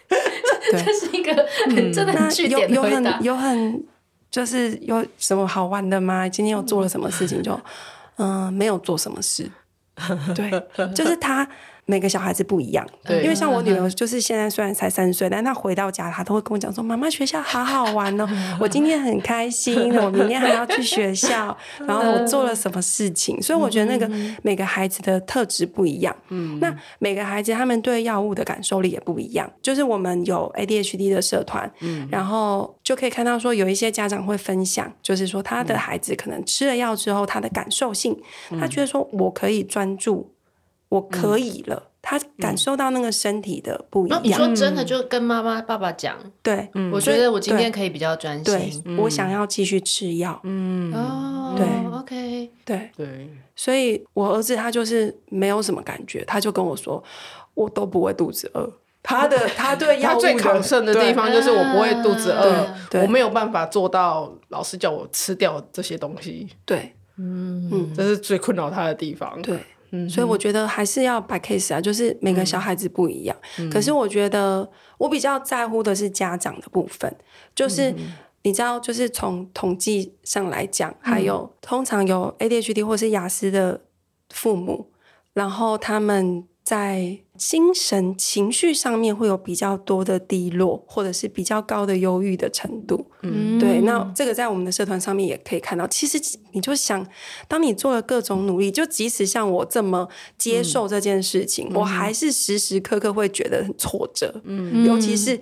S3: 对，
S1: (laughs) 这是一个很、真的
S3: 那
S1: 很据
S3: 有
S1: 点的
S3: 有
S1: 回答
S3: 很。有很就是有什么好玩的吗？今天又做了什么事情就？嗯、没有做什么
S1: (laughs)
S3: 事。对，就是他每个小孩子不一样。
S2: 对
S3: 因为像我女儿，就是现在虽然才三岁，但她回到家，她都会跟我讲说：“妈妈，学校好好玩
S1: (laughs)
S3: 哦，我今天很开心，我明天还要去学校，然后我做了什么事情。”所以我觉得那个
S1: 嗯
S3: 每个孩子的特质不一样。嗯，那每个孩子他们对药物的感受力也不一样。就是我们有 ADHD 的社团，
S2: 嗯
S3: 然后就可以看到说有一些家长会分享，就是说他
S2: 嗯
S3: 的孩子可能吃了药之后，他的感受性，他觉得说我可以专注，我可以了，
S2: 嗯
S3: 他感受到那个身体的不一
S2: 哦
S1: 那你
S3: 样。
S1: 说真的，就跟妈妈、爸爸讲，
S3: 对，
S2: 嗯
S1: 我觉得我今
S3: 对
S1: 天可以比较专
S3: 对
S1: 心。
S3: 我想要继续吃药，
S2: 嗯
S1: 哦，
S3: 对
S1: ，OK，
S3: 对，
S2: 对，
S3: 所以我儿子他就是没有什么感觉，他就跟我说，我都不会肚子饿。
S2: (laughs)
S3: 他的他对嗯药
S2: 他
S3: 物
S2: 最抗胜的地方就是我不会肚子饿
S1: 啊，
S3: 对
S2: 我没有办法做到老师叫我吃掉这些东西，
S3: 对，对
S2: 这是最困扰他的地方。
S3: 嗯对，所以我觉得还是要摆 case 啊，就是每个小孩子不一样。可是我觉得我比较在乎的是家长的部分，就是。你知道，就是从统计上来讲，还有通常有 ADHD 或是雅思的父母，然后他们在精神情绪上面会有比较多的低落，或者是比较高的忧郁的程度。
S1: 嗯
S3: 对，那这个在我们的社团上面也可以看到。其实你就想，当你做了各种努力，就即使像我这么接受这件事情，我还是时时刻刻会觉得很挫折。嗯，尤其是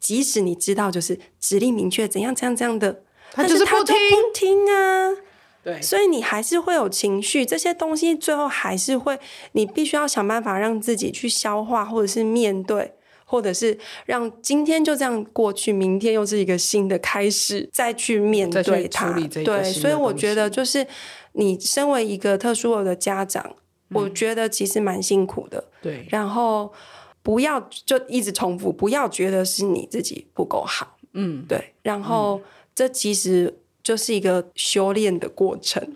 S3: 即使你知道就是指令明确怎样怎样怎样的，
S2: 他
S3: 但
S2: 就是是
S3: 他
S2: 不
S3: 就
S2: 听，
S3: 不听啊。
S2: 对，
S3: 所以你还是会有情绪，这些东西最后还是会，你必须要想办法让自己去消化，或者是面对，或者是让今天就这样过去，明天又是一个新的开始，再去面
S2: 再去
S3: 对它。
S2: 处理这个
S3: 对，
S2: 新的
S3: 所以我
S2: 东
S3: 觉得就是你身为一个特殊儿的家长，
S2: 嗯
S3: 我觉得其实蛮辛苦的。
S2: 对，
S3: 然后不要就一直重复，不要觉得是你自己不够好。
S2: 嗯，
S3: 对，然后这其实就是一个修炼的过程。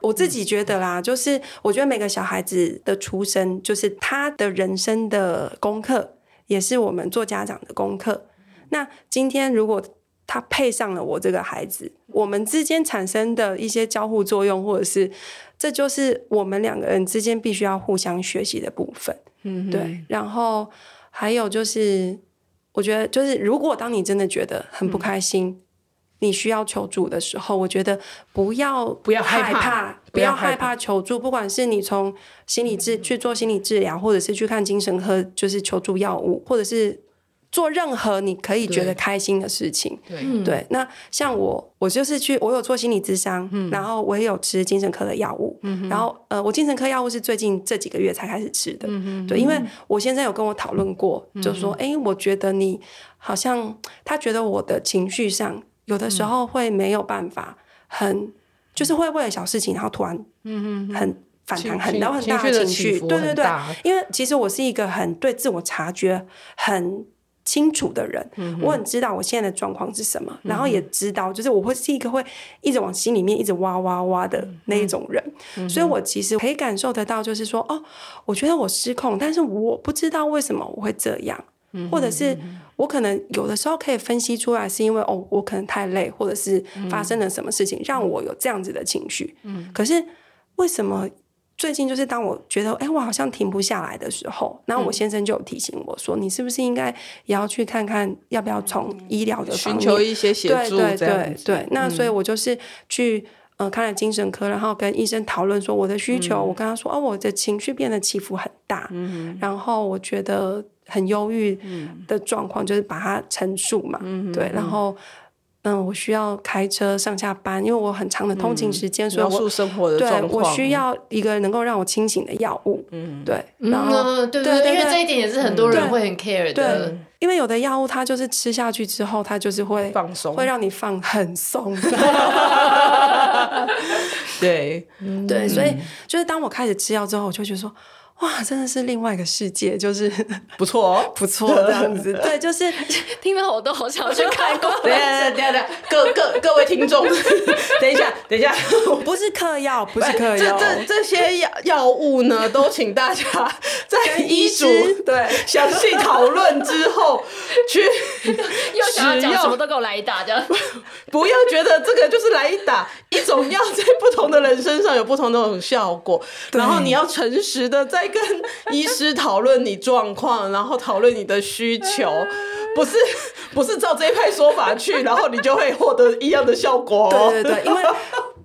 S3: 我自己觉得
S2: 嗯
S3: 啦，就是我觉得每个小孩子的出生，就是他的人生的功课，也是我们做家长的功课。那今天如果他配上了我这个孩子，我们之间产生的一些交互作用，或者是这就是我们两个人之间必须要互相学习的部分。
S2: 嗯哼，
S3: 对，然后还有就是，我觉得就是，如果当你真的觉得
S2: 嗯
S3: 很不开心，你需要求助的时候，我觉得不要不
S2: 要害
S3: 害
S2: 怕
S3: 不
S2: 不
S3: 要
S2: 要
S3: 害
S2: 害怕嗯
S3: 怕求助，不管是你从心理治去做心理治疗，或者是去看精神科，就是求助药物，或者是做任何你可以觉
S2: 对
S3: 得开心的事情。
S2: 对，
S3: 对，那像我，我就是去，我有做心理咨商，
S2: 嗯
S3: 然后我也有吃精神科的药物，然后呃，我精神科药物是最近这几个月才开始吃
S2: 嗯
S3: 的，对，因为我先生有跟我讨论过，就说，哎、我觉得你好像他觉得我的情绪上有的时
S2: 嗯
S3: 候会没有办法很，就是会为了小事情，然后突然，嗯很。反弹
S2: 情
S3: 很
S2: 绪
S3: 大很
S2: 情
S3: 大
S2: 绪的
S3: 情绪，
S2: 起伏
S3: 对对
S2: 很
S3: 对
S2: 大，
S3: 因为其实我是一个很对自我察觉很清楚的人，我很知道我现在的状况是什么，然后也知道就是我会是一个会一直往心里面一直挖挖挖的那一种人，所以我其实可以感受得到，就是说哦，我觉得我失控，但是我不知道为什么我会这样，
S2: 嗯
S3: 或者是我可能有的时候可以分析出来，是因为哦，我可能太累，或者是
S2: 嗯
S3: 发生了什么事情让我有这样子的情绪，可是为什么？最近就是当我觉得哎、诶我好像停不下来的时候，然后
S2: 嗯
S3: 我先生就有提醒我说，你是不是应该也要去看看，要不要从医疗的
S2: 嗯
S3: 方
S2: 寻
S3: 面
S2: 求一些协
S3: 对
S2: 助，
S3: 对
S2: 这样
S3: 对
S2: 子，嗯
S3: 对，那所以我就是去。呃，看了精神科，然后跟医生讨论说我的需求，
S2: 嗯
S3: 我跟他说，哦，我的情绪变得起伏很大，然后我觉得很忧郁
S2: 嗯
S3: 的状况，就是把它陈述嘛，对，然后，嗯，我需要开车上下班，因为我很长的通勤时间，所以
S2: 嗯描述
S3: 我
S2: 生活的
S3: 对
S2: 状
S3: 我
S2: 况， (laughs)
S3: 需要一个能够让我清醒的药物，嗯，对，然后、
S1: 嗯，对
S3: 对
S1: 对
S3: 对
S1: 对，因为
S3: 对
S1: 这一点也是很多人
S3: 对
S1: 会很 care 的
S3: 对。，因为有的药物它就是吃下去之后，它就是会
S2: 放松
S3: 会让你放很
S2: (laughs)
S3: 松。
S2: 对，嗯
S3: 对，所以就是当我开始吃药之后，我就觉得说，哇，真的是另外一个世界，就是 (laughs)
S2: 不错哦，
S3: 不错这样子。对，就是
S1: 听了我都好想去看过
S2: 等一下，等一下，等一下，各各各位听众， (laughs) 等一下，等一下，
S3: 不是嗑药，不是嗑
S2: 这
S3: 药，
S2: 这这些药药物呢，都请大家在医嘱
S3: 师对
S2: 详细讨论之后去
S3: (laughs)
S1: 又想要
S2: 使
S1: 讲什么
S2: 用，
S1: 都给我来一打，这样
S2: 不要觉得这个就是来一打一种药，在不同的人身上有不同的那种效果，
S3: 对
S2: 然后你要诚实的再跟医师讨论你状况，然后讨论你的需求。不是不是照这一派说法去，然后你就会获得一样的效果、哦。
S3: 对对对，因为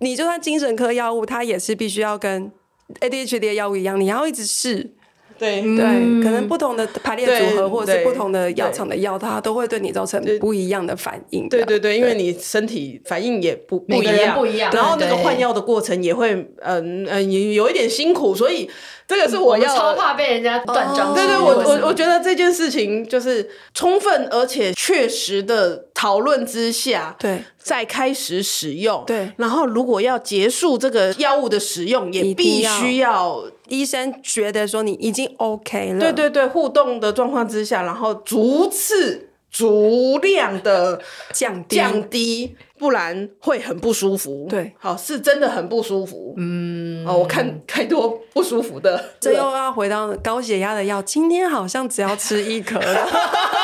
S3: 你就算精神科药物，它也是必须要跟 ADHD 的药物一样，你要一直试。
S2: 对
S3: 对，可能不同的排列组合，
S2: 嗯对
S3: 或者是
S2: 对
S3: 不同的药厂的药，它都会对你造成不一样的反应。
S2: 对对对，因为你身体反应也不不
S1: 每
S2: 一
S1: 个人
S2: 样，
S1: 不一样
S2: 然后那个
S1: 对
S2: 换药的过程也会，嗯嗯，有有一点辛苦，所以这个是我
S1: 嗯我哦
S2: 要
S1: 超怕被人家断章取
S2: 对
S1: 义。
S2: 对，我
S1: 或者是
S2: 我我觉得这件事情就是充分而且确实的讨论之下，
S3: 对，
S2: 再开始使用，
S3: 对
S2: 然后如果要结束这个药物的使用，也
S3: 一定
S2: 必
S3: 要
S2: 须要
S3: 医生觉得说你已经 OK 了，
S2: 对对对互动的状况之下，然后逐次逐量的
S3: 降低
S2: 降低，不然会很不舒服。
S3: 对
S2: 好是真的很不舒服。嗯，哦，我看太多不舒服的，
S3: 这又要回到高血压的药，今天好像只要吃一颗 (laughs) 了。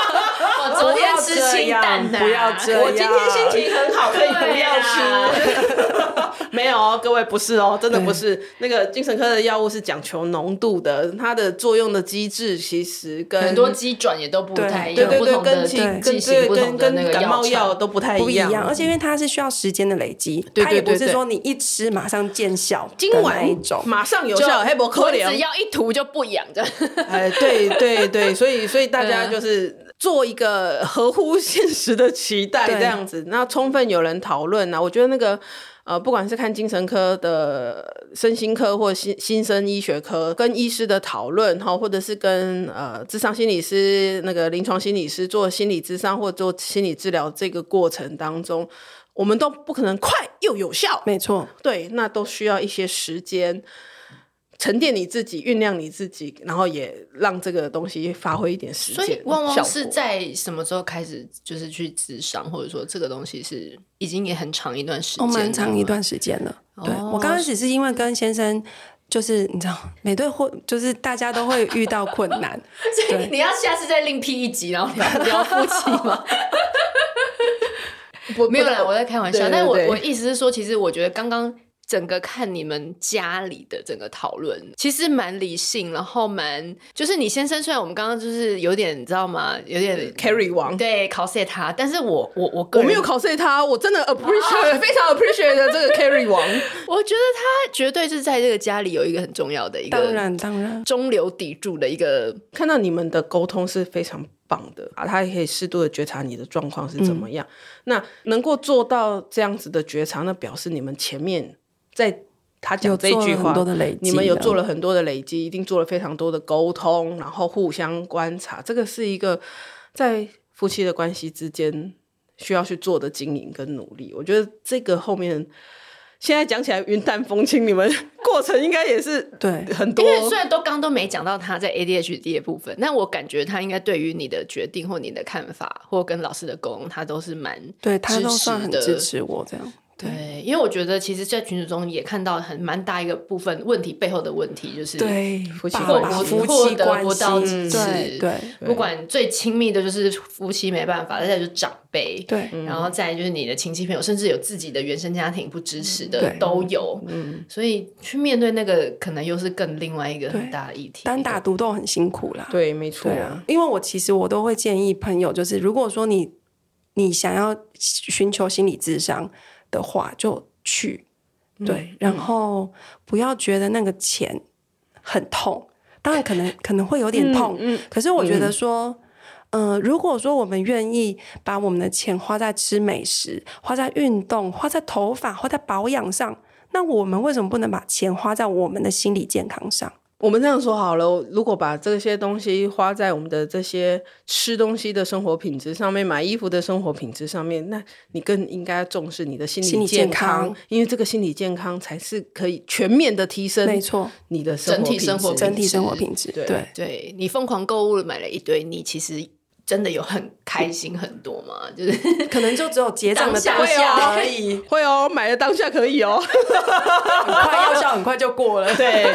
S1: 我昨天吃清淡的、啊，
S3: 不要这样
S2: 我今天心情很好，可以不
S1: 对
S2: 要
S1: 啊
S2: (laughs) 吃。没有哦，各位不是哦，真的不是。那个精神科的药物是讲求浓度的，它的作用的机制其实跟
S1: 很多机转也都不太一
S2: 对
S1: 样，
S2: 对
S1: 不
S2: 对
S1: 同的
S2: 跟
S1: 剂
S2: 其跟
S1: 剂型、
S2: 对
S1: 不
S2: 跟
S1: 同的那
S2: 跟
S1: 个
S2: 感冒药
S1: 药
S2: 都不太
S3: 不一
S2: 样。
S3: 样，而且因为它是需要时间的累积，
S2: 对
S3: 它也
S2: 对
S3: 不是
S2: 对
S3: 说你一吃马上见效的
S2: 今
S3: 那一
S2: 晚
S3: 种，
S2: 马上有
S1: 厂
S2: 效，黑伯克
S1: 蚊
S2: 林
S1: 子要一涂就不痒的。
S2: (laughs) 哎，对对对，所以所以大家
S1: 嗯
S2: 就是做一个合乎现实的期待
S3: 对
S2: 这样子，那充分有人讨论啊，我觉得那个。呃，不管是看精神科的身心科或新新生医学科，跟医师的讨论哈，或者是跟呃智商心理师、那个临床心理师做心理智商或做心理治疗这个过程当中，我们都不可能快又有效，
S3: 没错，
S2: 对，那都需要一些时间沉淀你自己，酝酿你自己，然后也让这个东西发挥一点时
S1: (laughs) 所
S2: 间
S1: 以
S2: 效果。
S1: 旺旺是在什么时候开始，就是去智商，或者说这个东西是已经也很长一段时间
S3: 哦，
S1: 了吗，
S3: 蛮长一段时间了。对
S1: 哦
S3: 我刚开始是因为跟先生。就是你知道，每对婚就是大家都会遇到困 (laughs) 难，
S1: (laughs) 所以
S3: 对
S1: 你要下次再另辟一集，然后
S2: (laughs)
S1: 聊聊夫妻吗？
S2: 不
S1: 没有啦，
S2: 不
S1: 我在开玩笑。
S2: 对对
S1: 但是我
S2: 对
S1: 我意思是说，其实我觉得刚刚整个看你们家里的整个讨论，其实蛮理性，然后蛮就是你先生虽然我们刚刚就是有点你知道吗，有点
S2: carry 王。
S1: 对 cos 他，但是我我我个人
S2: 我
S1: 哦
S2: 没有 cos 他，我真的
S1: (laughs)
S2: appreciate、非常 appreciate 这个 carry 王，
S1: 我觉得他绝对是在这个家里有一个很重要的一个
S3: 当然当然，
S1: 中流砥柱的一个
S2: 看到你们的沟通是非常棒的啊，他也可以适度的觉察你的状况是
S1: 嗯
S2: 怎么样。那能够做到这样子的觉察，那表示你们前面在他讲
S3: 有
S2: 这一
S3: 做了
S2: 句话
S3: 很多的累积，啊
S2: 你们有做了很多的累积，一定做了非常多的沟通，然后互相观察，这个是一个在夫妻的关系之间需要去做的经营跟努力。我觉得这个后面现在讲起来云淡风轻，你们过程应该也是
S3: 对
S2: 很多
S1: 因为虽然都刚刚都没讲到他在 ADHD 的部分，但我感觉他应该对于你的决定或你的看法，或跟老师的沟通，他都是蛮
S3: 对他都算很
S1: 的
S3: 支持我这样，对
S1: 对，因为我觉得其实，在群组中也看到很蛮大一个部分问题背后的问题，就是
S3: 对，
S2: 夫妻
S3: 爸
S2: 关
S3: 爸
S2: 系
S3: 夫
S1: 获
S3: 妻
S1: 得
S3: 关
S1: 不
S3: 系嗯
S1: 到支持
S3: 对对
S1: 不管最亲密的就是夫妻没办法，再来就是长辈，
S3: 对嗯
S1: 然后再来就是你的亲戚朋友，甚至有自己的原生家庭不支持的
S3: 对
S1: 都有，嗯，所以去面对那个可能又是更另外一个很
S3: 对
S1: 大的议题，
S3: 单打独斗很辛苦啦，
S2: 对，没错
S3: 对啊，因为我其实我都会建议朋友，就是如果说你你想要寻求心理智商的话，就去
S2: 嗯
S3: 对，然后不要觉得那个钱很痛，当然可能可能会有点痛，
S2: 嗯
S3: 可是我觉得说。嗯、如果说我们愿意把我们的钱花在吃美食、花在运动、花在头发、花在保养上，那我们为什么不能把钱花在我们的心理健康上？
S2: 我们这样说好了，如果把这些东西花在我们的这些吃东西的生活品质上面、买衣服的生活品质上面，那你更应该重视你的心
S3: 心理
S2: 理
S3: 健
S2: 健
S3: 康
S2: 因为这个心理健康才是可以全面的提升，
S3: 没错，
S2: 你的生活
S1: 整体
S2: 品质
S1: 生活
S3: 整体生活
S1: 品
S3: 品质，
S2: 对
S3: 对，
S1: 对你疯狂购物买了一堆，你其实真的有很开心很多吗？ (laughs) 就是
S3: 可能就只有结账的
S1: 当下
S3: 当下
S1: 会哦 (laughs)
S3: 而已，
S2: 会哦，买的当下可以哦，
S3: 很快药效很快就过 (laughs) 了。
S2: 对，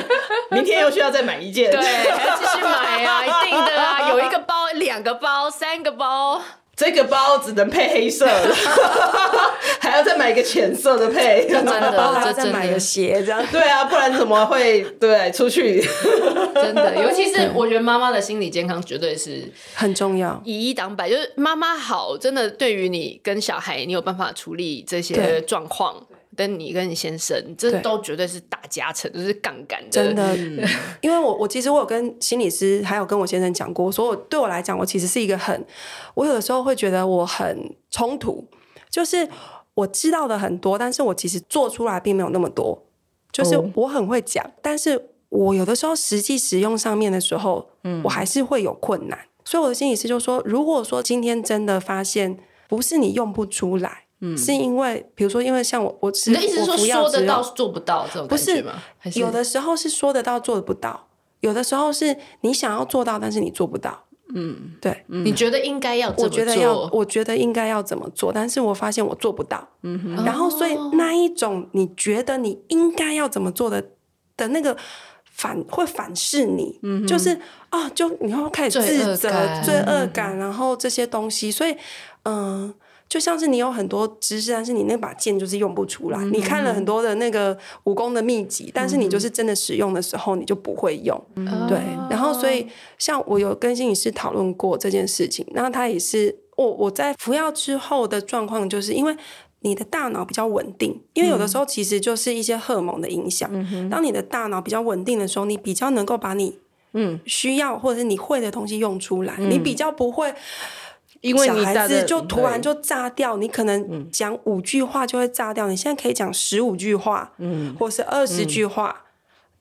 S2: 明天又需要再买一件，
S1: 对，还 (laughs) 要继续买啊，一定的啊，有一个包、两个包、三个包，
S2: 这个包只能配黑色 (laughs) 的，还要再买一个浅色的 (laughs) 配，
S1: 真的，
S3: 还
S1: 这
S3: 要再
S1: 真
S3: 买
S1: 的
S3: 个鞋这样。
S2: 对啊，不然怎么会对出去？
S3: (laughs)
S1: 真的，尤其是我觉得妈妈的心理健康绝对是
S3: 很重要，
S1: 以一当百，就是妈妈好，真的对于你跟小孩，你有办法处理这些
S3: 对
S1: 状况。跟你跟你先生，这
S3: 对
S1: 都绝对是大加成，就是杠杆的。嗯
S3: 真的， (laughs) 因为我我其实我有跟心理师还有跟我先生讲过，所以我对我来讲，我其实是一个很，我有的时候会觉得我很冲突，就是我知道的很多，但是我其实做出来并没有那么多，就是
S2: 哦
S3: 我很会讲，但是我有的时候实际使用上面的时候，
S1: 嗯
S3: 我还是会有困难，所以我的心理师就说，如果说今天真的发现不是你用不出来。是因为，比如说，因为像我，我吃
S1: 嗯你的意思是
S3: 我
S1: 说
S3: 服药
S1: 说得
S3: 之后
S1: 到做不到这种
S3: 不
S1: 感觉
S3: 是
S1: 吗？还
S3: 有的时候是说得到做得不到，有的时候是你想要做到，但是你做不到。嗯，对，
S1: 你觉得应该要这
S3: 我
S1: 么
S3: 觉
S1: 做？
S3: 得要，我觉得应该要怎么做，但是我发现我做不到。
S1: 哦
S3: 然后，所以那一种你觉得你应该要怎么做的的那个反会反噬你，就是啊、就你会开始
S1: 嗯罪恶
S3: 自责、
S1: 感嗯
S3: 罪恶感，然后这些东西，所以嗯。就像是你有很多知识，但是你那把剑就是用不出来。
S1: 嗯
S3: 你看了很多的那个武功的秘籍，但是你就是真的使用的时候，你就不会用。
S1: 嗯
S3: 嗯对，
S2: 哦
S3: 然后所以像我有跟心理师讨论过这件事情，然后他也是我我在服药之后的状况，就是因为你的大脑比较稳定，因为
S2: 嗯
S3: 有的时候其实就是一些荷尔蒙的影响。当你的大脑比较稳定的时候，你比较能够把你嗯需要或者是你会的东西用出来，你比较不会。
S2: 嗯因为
S3: 小
S2: 你
S3: 孩
S2: 大
S3: 子
S2: 的嗯
S3: 就突然
S2: 对嗯
S3: 就炸掉，你可能讲五句话就会炸掉，你现在可以讲十五句话，嗯，或是二十句话，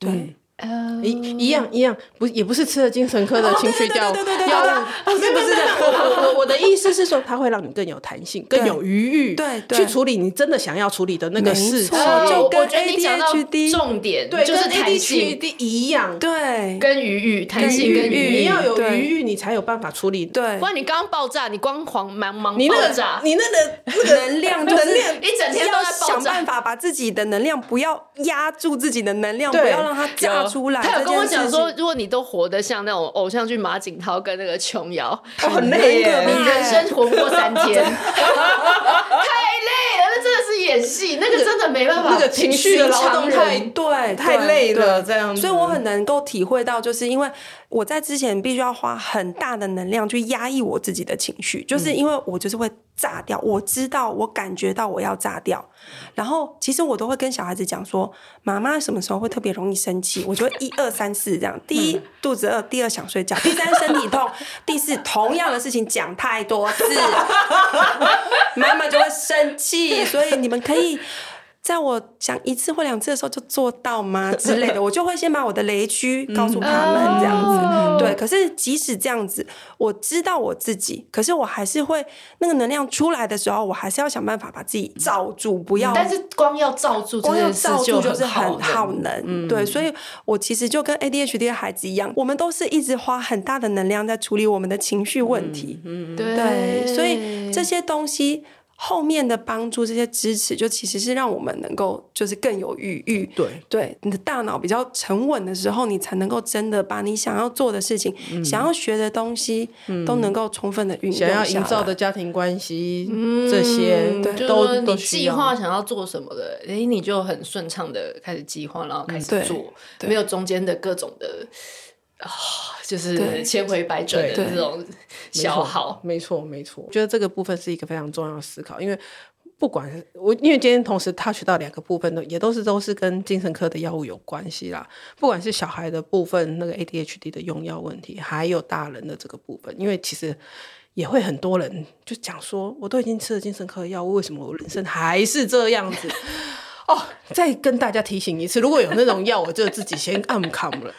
S2: 嗯
S3: 对，
S2: 哎一一样一样，不也不是吃了精神科的情绪药
S3: 哦对对对对对
S2: 药
S3: 对
S2: 物，不是不是的，我我我我的意思是说，它会让你更有弹性，更有余裕，
S3: 对对
S2: 去处理你真的想要处理的那个
S3: 没
S2: 事情
S3: 错。
S1: 哦
S3: 就
S1: 我
S3: 跟
S1: 我觉得你讲到
S3: ADHD
S1: 重点，
S2: 对，
S1: 就是
S2: 跟
S1: 弹性
S2: ADHD 一样，
S3: 对，
S1: 跟余裕，弹性
S3: 跟
S1: 跟
S3: 余裕
S1: 余
S2: 你
S1: 裕。
S2: 要有
S3: 对
S2: 余裕，你才有办法处理。，
S3: 对
S1: 不，然你刚刚爆炸，你光狂忙忙
S2: 你那
S1: 爆
S2: 个
S1: 炸，
S2: 你那个那
S3: (laughs)
S2: 个能
S1: (laughs)
S2: 量
S3: 就是
S2: 能量。
S1: 一整天都
S3: 要
S1: 在爆
S3: 想办
S1: 炸。
S3: 法把自己的能量不要压住自己的能量，不
S2: 对
S3: 要让它炸出来。
S1: 他有跟我讲
S3: 这件事情
S1: 说，，如果你都活得像那种偶像剧马景涛跟那个琼瑶，
S2: 我很累
S3: 哦很可
S2: 耶
S3: 怕，
S1: 你人生活不过三天，太累了，那真的是演戏，那个真的没办法，
S2: 那个情绪的劳动太
S1: 平常人
S3: 对，
S2: 太
S3: 对
S2: 累了
S3: 对
S2: 这样子
S3: 所以我很能够体会到，就是因为我在之前必须要花很大的能量去压抑我自己的情绪，
S1: 嗯
S3: 就是因为我就是会炸掉，我知道，我感觉到我要炸掉，然后其实我都会跟小孩子讲说，妈妈什么时候会特别容易生气？我就会一二三四这样，第一肚子饿，第二想睡觉，第三身体痛， (laughs) 第四同样的事情讲太多次，妈妈就会生气，所以你们可以。在我讲一次或两次的时候就做到吗之类的，我就会先把我的雷区告诉他们这样子。
S1: 哦
S3: 对，可是即使这样子，我知道我自己，可是我还是会那个能量出来的时候，我还是要想办法把自己罩住，不要。
S1: 嗯但是光要罩住这
S3: 光要
S1: 件事
S3: 罩住就是
S1: 很嗯
S3: 很
S1: 耗
S3: 耗
S1: 人
S3: 能，对，所以我其实就跟 ADHD 的孩子一样，我们都是一直花很大的能量在处理我们的情绪
S1: 嗯
S3: 问题，对，所以这些东西后面的帮助，这些支持，就其实是让我们能够就是更有余裕。
S2: 对，
S3: 对，你的大脑比较沉稳的时候，你才能够真的把你想要做的事情、想要学的东西，都能够充分的
S2: 嗯
S3: 运用
S2: 想要
S3: 下
S2: 营造
S3: 来嗯
S2: 的家庭关系，这些
S3: 对
S1: 就是
S2: 都
S1: 说
S2: 都
S1: 你
S2: 需
S1: 嗯计
S2: 要嗯
S1: 划想要做什么的，诶，你就很顺畅的开始计划，然后开始
S3: 对
S1: 做，
S3: 对
S1: 没有中间的各种的啊，就是
S3: 对
S1: 千回百转的
S2: 对
S1: 这种
S2: 没
S1: 消
S2: 错
S1: 耗。
S2: 没错，没错。我觉得这个部分是一个非常重要的思考，因为不管是我，因为今天同时 touch 到两个部分的，也都是都是跟精神科的药物有关系啦。不管是小孩的部分，那个 ADHD 的用药问题，还有大人的这个部分，因为其实。也会很多人就讲说，我都已经吃了精神科药物，为什么我人生还是这样子？哦，再跟大家提醒一次，如果有那种药，我就自己先按扛了。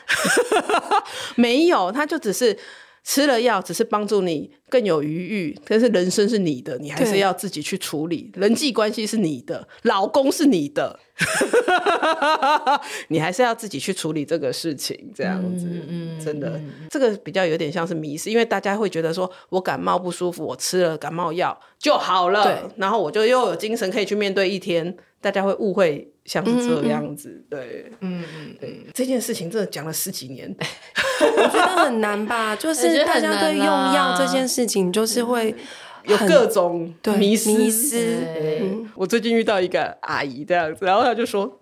S2: 没有，他就只是吃了药，只是帮助你更有余裕。但是人生是你的，你还是
S3: 对
S2: 要自己去处理。人际关系是你的，老公是你的， (laughs) 你还是要自己去处理这个事情。这样子，
S1: 嗯
S2: 真的，这个比较有点像是迷失，因为大家会觉得说我感冒不舒服，我吃了感冒药就好
S3: 对
S2: 了，然后我就又有精神可以去面对一天。大家会误会像是这样子，对，
S1: 嗯嗯，
S2: 对，这件事情真的讲了十几年，
S3: 我 (laughs) 觉得很难啊吧，就
S1: 我觉
S3: 是
S1: 得
S3: 大
S1: 很
S3: 家对用
S1: 难啊
S3: 药这件事情，就是会
S2: 有
S3: 很
S2: 各种
S3: 对
S2: 迷思。
S3: 迷思
S1: 对，
S2: 我最近遇到一个阿姨这样子，然后她就说，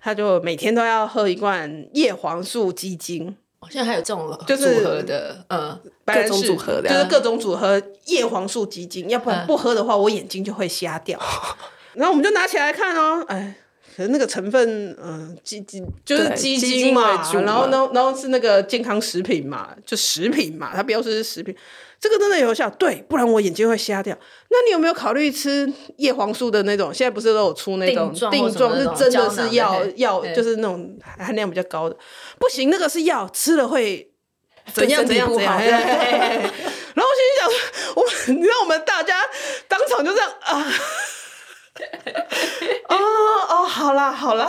S2: 她就每天都要喝一罐叶黄素鸡精，
S1: 好像还有这种
S2: 就是
S1: 组合的，嗯，
S2: 白
S3: 各种
S2: 兰氏
S3: 组合的
S2: 就是各种组合叶黄素鸡精，要不然
S1: 嗯
S2: 不喝的话，我眼睛就会瞎掉。然后我们就拿起来看哦，哎。可是那个成分，嗯、鸡精就是
S3: 对
S2: 鸡
S3: 鸡
S2: 精
S3: 精
S2: 嘛
S3: 为主，嘛
S2: 然后呢，然后是那个健康食品嘛，就食品嘛，它标示是食品，这个真的有效，对，不然我眼睛会瞎掉。那你有没有考虑吃叶黄素的那种？现在不是都有出那种
S1: 定状
S2: 定
S1: 或什么
S2: 状，
S1: 那
S2: 是
S1: 种
S2: 真的
S1: 胶囊
S2: 是
S1: 的
S2: 药
S1: 嘿
S2: 药，
S1: 嘿
S2: 就是那种含量比较高的，不行，那个是药，吃了会怎样
S3: 身体
S2: 怎样
S3: 不
S2: 怎样。
S3: 好
S2: 嘿嘿嘿 (laughs) 嘿嘿然后我心里想说，我们你知道我们大家当场就这样 (laughs) 啊，哦哦，好啦好啦，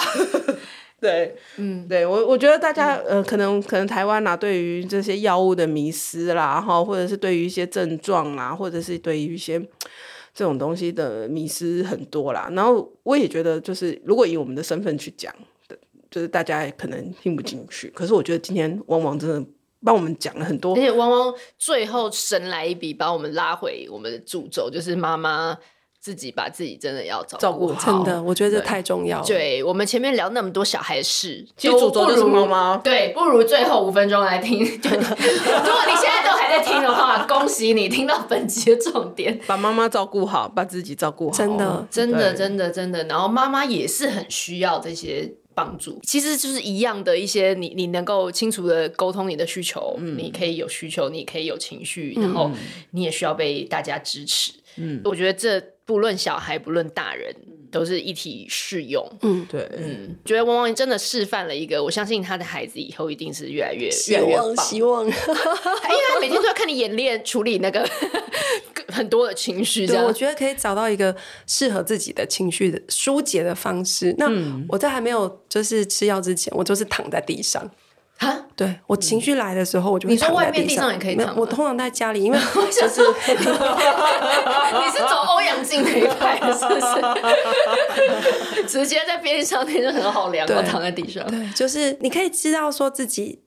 S2: (laughs) 对，嗯，对我我觉得大家
S3: 嗯
S2: 呃，可能可能台湾啦、对于这些药物的迷失啦，然后或者是对于一些症状啦，或者是对于一些这种东西的迷失很多啦。然后我也觉得，就是如果以我们的身份去讲，就是大家可能听不进去。可是我觉得今天汪汪真的帮我们讲了很多
S1: 而，
S3: 哎
S1: 且汪汪最后神来一笔，把我们拉回我们的主轴，就是妈妈自己把自己真的要照
S2: 照顾
S1: 好。
S3: 真的，我觉得这太重要了。
S1: 对我们前面聊那么多小孩事，
S2: 其实主轴就是妈妈
S1: 都不如对，不如最后五分钟来
S2: (laughs)
S1: 听。就如果你现在都还在听的话，恭喜你听到本集的重点。
S2: 把妈妈照顾好，把自己照顾好，
S3: 真的
S1: 真的，
S2: 对
S1: 真的，真的。然后妈妈也是很需要这些帮助，其实就是一样的一些你，你能够清楚的沟通你的需求，
S3: 嗯
S1: 你可以有需求，你可以有情绪，然后你也需要被大家支持。嗯，我觉得这不论小孩，不论大人，
S3: 嗯
S1: 都是一体适用。
S2: 对。
S1: 嗯，觉得汪汪真的示范了一个，我相信他的孩子以后一定是越来越
S3: 希
S1: 越来越
S3: 望
S1: 棒。
S3: 希望，
S1: 因为他每天都要看你演练处理那个 (laughs) 很多的情绪，这
S3: 对，
S1: 样
S3: 我觉得可以找到一个适合自己的情绪的疏解的方式。那
S1: 嗯
S3: 我在还没有就是吃药之前，我就是躺在地上。
S1: 啊，
S3: 对我情绪来的时候，我就会
S1: 你说
S3: 躺在
S1: 外面地
S3: 上
S1: 上也可以
S3: 没有
S1: 躺
S3: 我
S1: 吗
S3: 通常在家
S1: (laughs)
S3: 里，因为
S1: 我想说，你是走欧阳靖那一派，是 (laughs) 不是？直接在便利商店就很好凉，
S3: 对
S1: 我躺在地上。
S3: 对，就是你可以知道说自己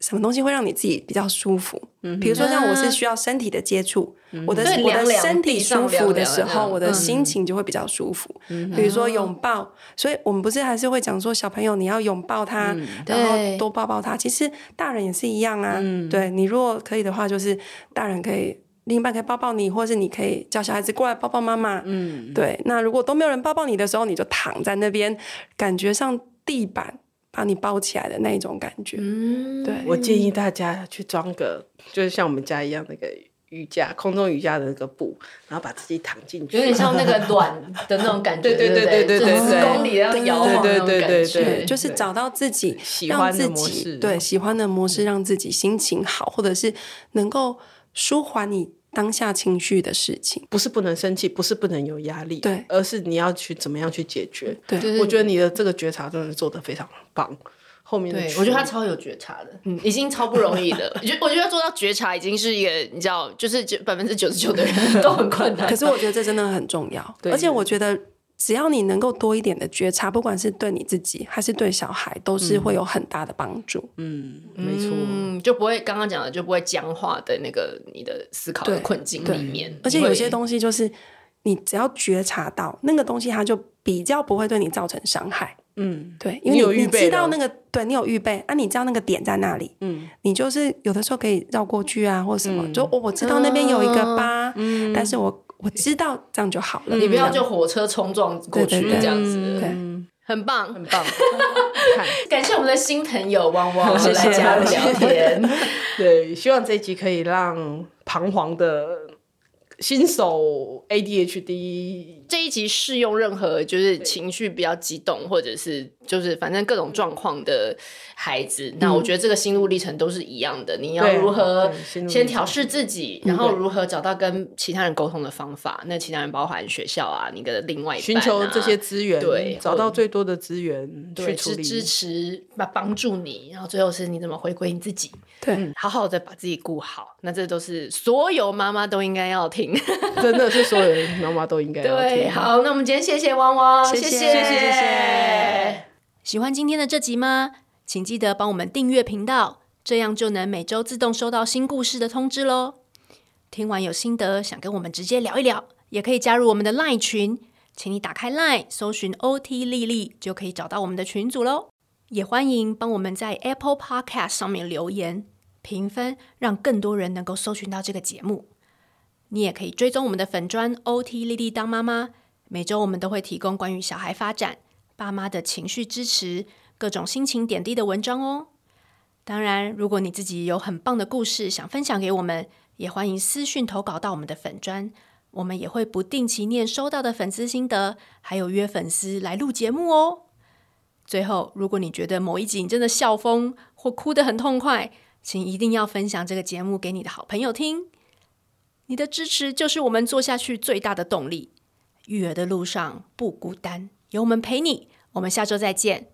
S3: 什么东西会让你自己比较舒服。嗯，比如说像我是需要身体的接触，我的
S1: 对
S3: 我的
S1: 凉凉
S3: 身体
S1: 地上
S3: 舒服的时
S1: 凉凉
S3: 候，
S1: 的
S3: 我的心情就会比较舒服。
S1: 嗯
S3: 比如说拥抱，所以我们不是还是会讲说小朋友你要拥抱他，然
S1: 嗯对嗯
S3: 后多抱抱他。其实大人也是一样啊。对你如果可以的话，就是大人可以。另一半可以抱抱你，或是你可以叫小孩子过来抱抱妈妈。嗯，对。那如果都没有人抱抱你的时候，你就躺在那边，感觉上地板把你包起来的那一种感觉。
S1: 嗯，
S3: 对
S2: 我建议大家去装个，就是像我们家一样那个瑜伽空中瑜伽的那个布，然后把自己躺进去，
S1: 有点像那个卵的那种感觉，
S2: 对
S1: 对
S2: 对
S1: 不
S2: 对对
S1: 就
S2: 对
S1: 是
S2: 对
S1: 子宫里要摇晃的那种
S2: 对对
S1: 感
S2: 对
S1: 觉，
S2: 对对对
S3: 就是找到自己
S2: 喜
S3: 让
S2: 欢
S3: 自
S2: 的模
S3: 己
S2: 式哦嗯
S3: 对喜欢的模式，让自己心情好，或者是能够舒缓你当下情绪的事情。
S2: 不是不能生气，不是不能有压力，
S3: 对
S2: 而是你要去怎么样去解决。
S3: 对
S1: 就是
S2: 我觉得你的这个觉察真的做得非常棒。后面的
S1: 对，
S2: 处
S1: 我觉得他
S2: 理
S1: 超有觉察的，嗯，已经超不容易
S3: (laughs)
S1: 的。我觉得我觉得做到觉察已经是一个，你知道，就是百分之九十九的人都很困难。
S3: 可是我觉得这真的很重要，
S2: 对
S3: 而且我觉得只要你能够多一点的觉察，不管是对你自己还是对小孩，都是会有很大的帮助。
S2: 嗯，没错，
S1: 嗯，就不会刚刚讲的就不会僵化在那个你的思考的
S3: 对
S1: 困境里面，
S3: 而且有些
S1: 西
S3: 东西就是你只要觉察到那个东西，它就比较不会对你造成伤害。
S2: 嗯，
S3: 对，因
S2: 你
S3: 为你
S2: 有预备哦
S3: 知道
S2: 了
S3: 那个，对你有预备，啊，你知道那个点在那里，嗯，你就是有的时候可以绕过去啊，或什
S2: 嗯
S3: 么，就哦，我知道那边有一个疤，嗯，但是我我知道这样就好
S2: 嗯
S3: 了，
S1: 你不要
S3: 这样
S1: 就火车冲撞过去
S3: 对对对
S1: 这样子，
S3: 对
S1: 很棒，
S2: 很 (laughs) 棒。看
S1: 感谢我们的新朋友汪
S2: (laughs)
S1: 汪
S2: 谢谢
S1: 来加
S2: (laughs)
S1: 入聊天，
S2: 对，希望这一集可以让彷徨的新手 ADHD
S1: 这一集适用任何就是情绪比较激动，或者是就是反正各种状况的孩子。那我觉得这个心路历程都是一样的，你要
S2: 对
S1: 如何
S2: 对心路历程
S1: 先
S2: 嗯
S1: 调试自己，然后如何找到跟其他人沟通的方法。那其他人包含学校啊，你的另外一半、
S2: 寻
S1: 啊、
S2: 求这些资源，
S1: 对
S2: 找到最多的资源去
S1: 对
S2: 处
S1: 支
S2: 理。
S1: 支持帮帮助你，然后最后是你怎么回归你自己，
S3: 对，
S1: 好好的把自己顾好。那这都是所有妈妈都应该要听。
S2: 真的是所有人妈妈都应该要听。
S1: 对，好，那我们今天谢谢汪汪，
S3: 谢
S1: 谢
S3: 谢谢谢谢谢
S4: 喜欢今天的这集吗？请记得帮我们订阅频道，这样就能每周自动收到新故事的通知喽。听完有心得，想跟我们直接聊一聊，也可以加入我们的 LINE 群，请你打开 LINE 搜寻 OT 丽丽，就可以找到我们的群组喽。也欢迎帮我们在 Apple Podcast 上面留言评分，让更多人能够搜寻到这个节目。你也可以追踪我们的粉砖 OT 丽丽当妈妈，每周我们都会提供关于小孩发展、爸妈的情绪支持、各种心情点滴的文章哦。当然，如果你自己有很棒的故事想分享给我们，也欢迎私讯投稿到我们的粉砖，我们也会不定期念收到的粉丝心得，还有约粉丝来录节目哦。最后，如果你觉得某一集你真的笑疯或哭得很痛快，请一定要分享这个节目给你的好朋友听。你的支持就是我们做下去最大的动力。育儿的路上不孤单，有我们陪你。我们下周再见，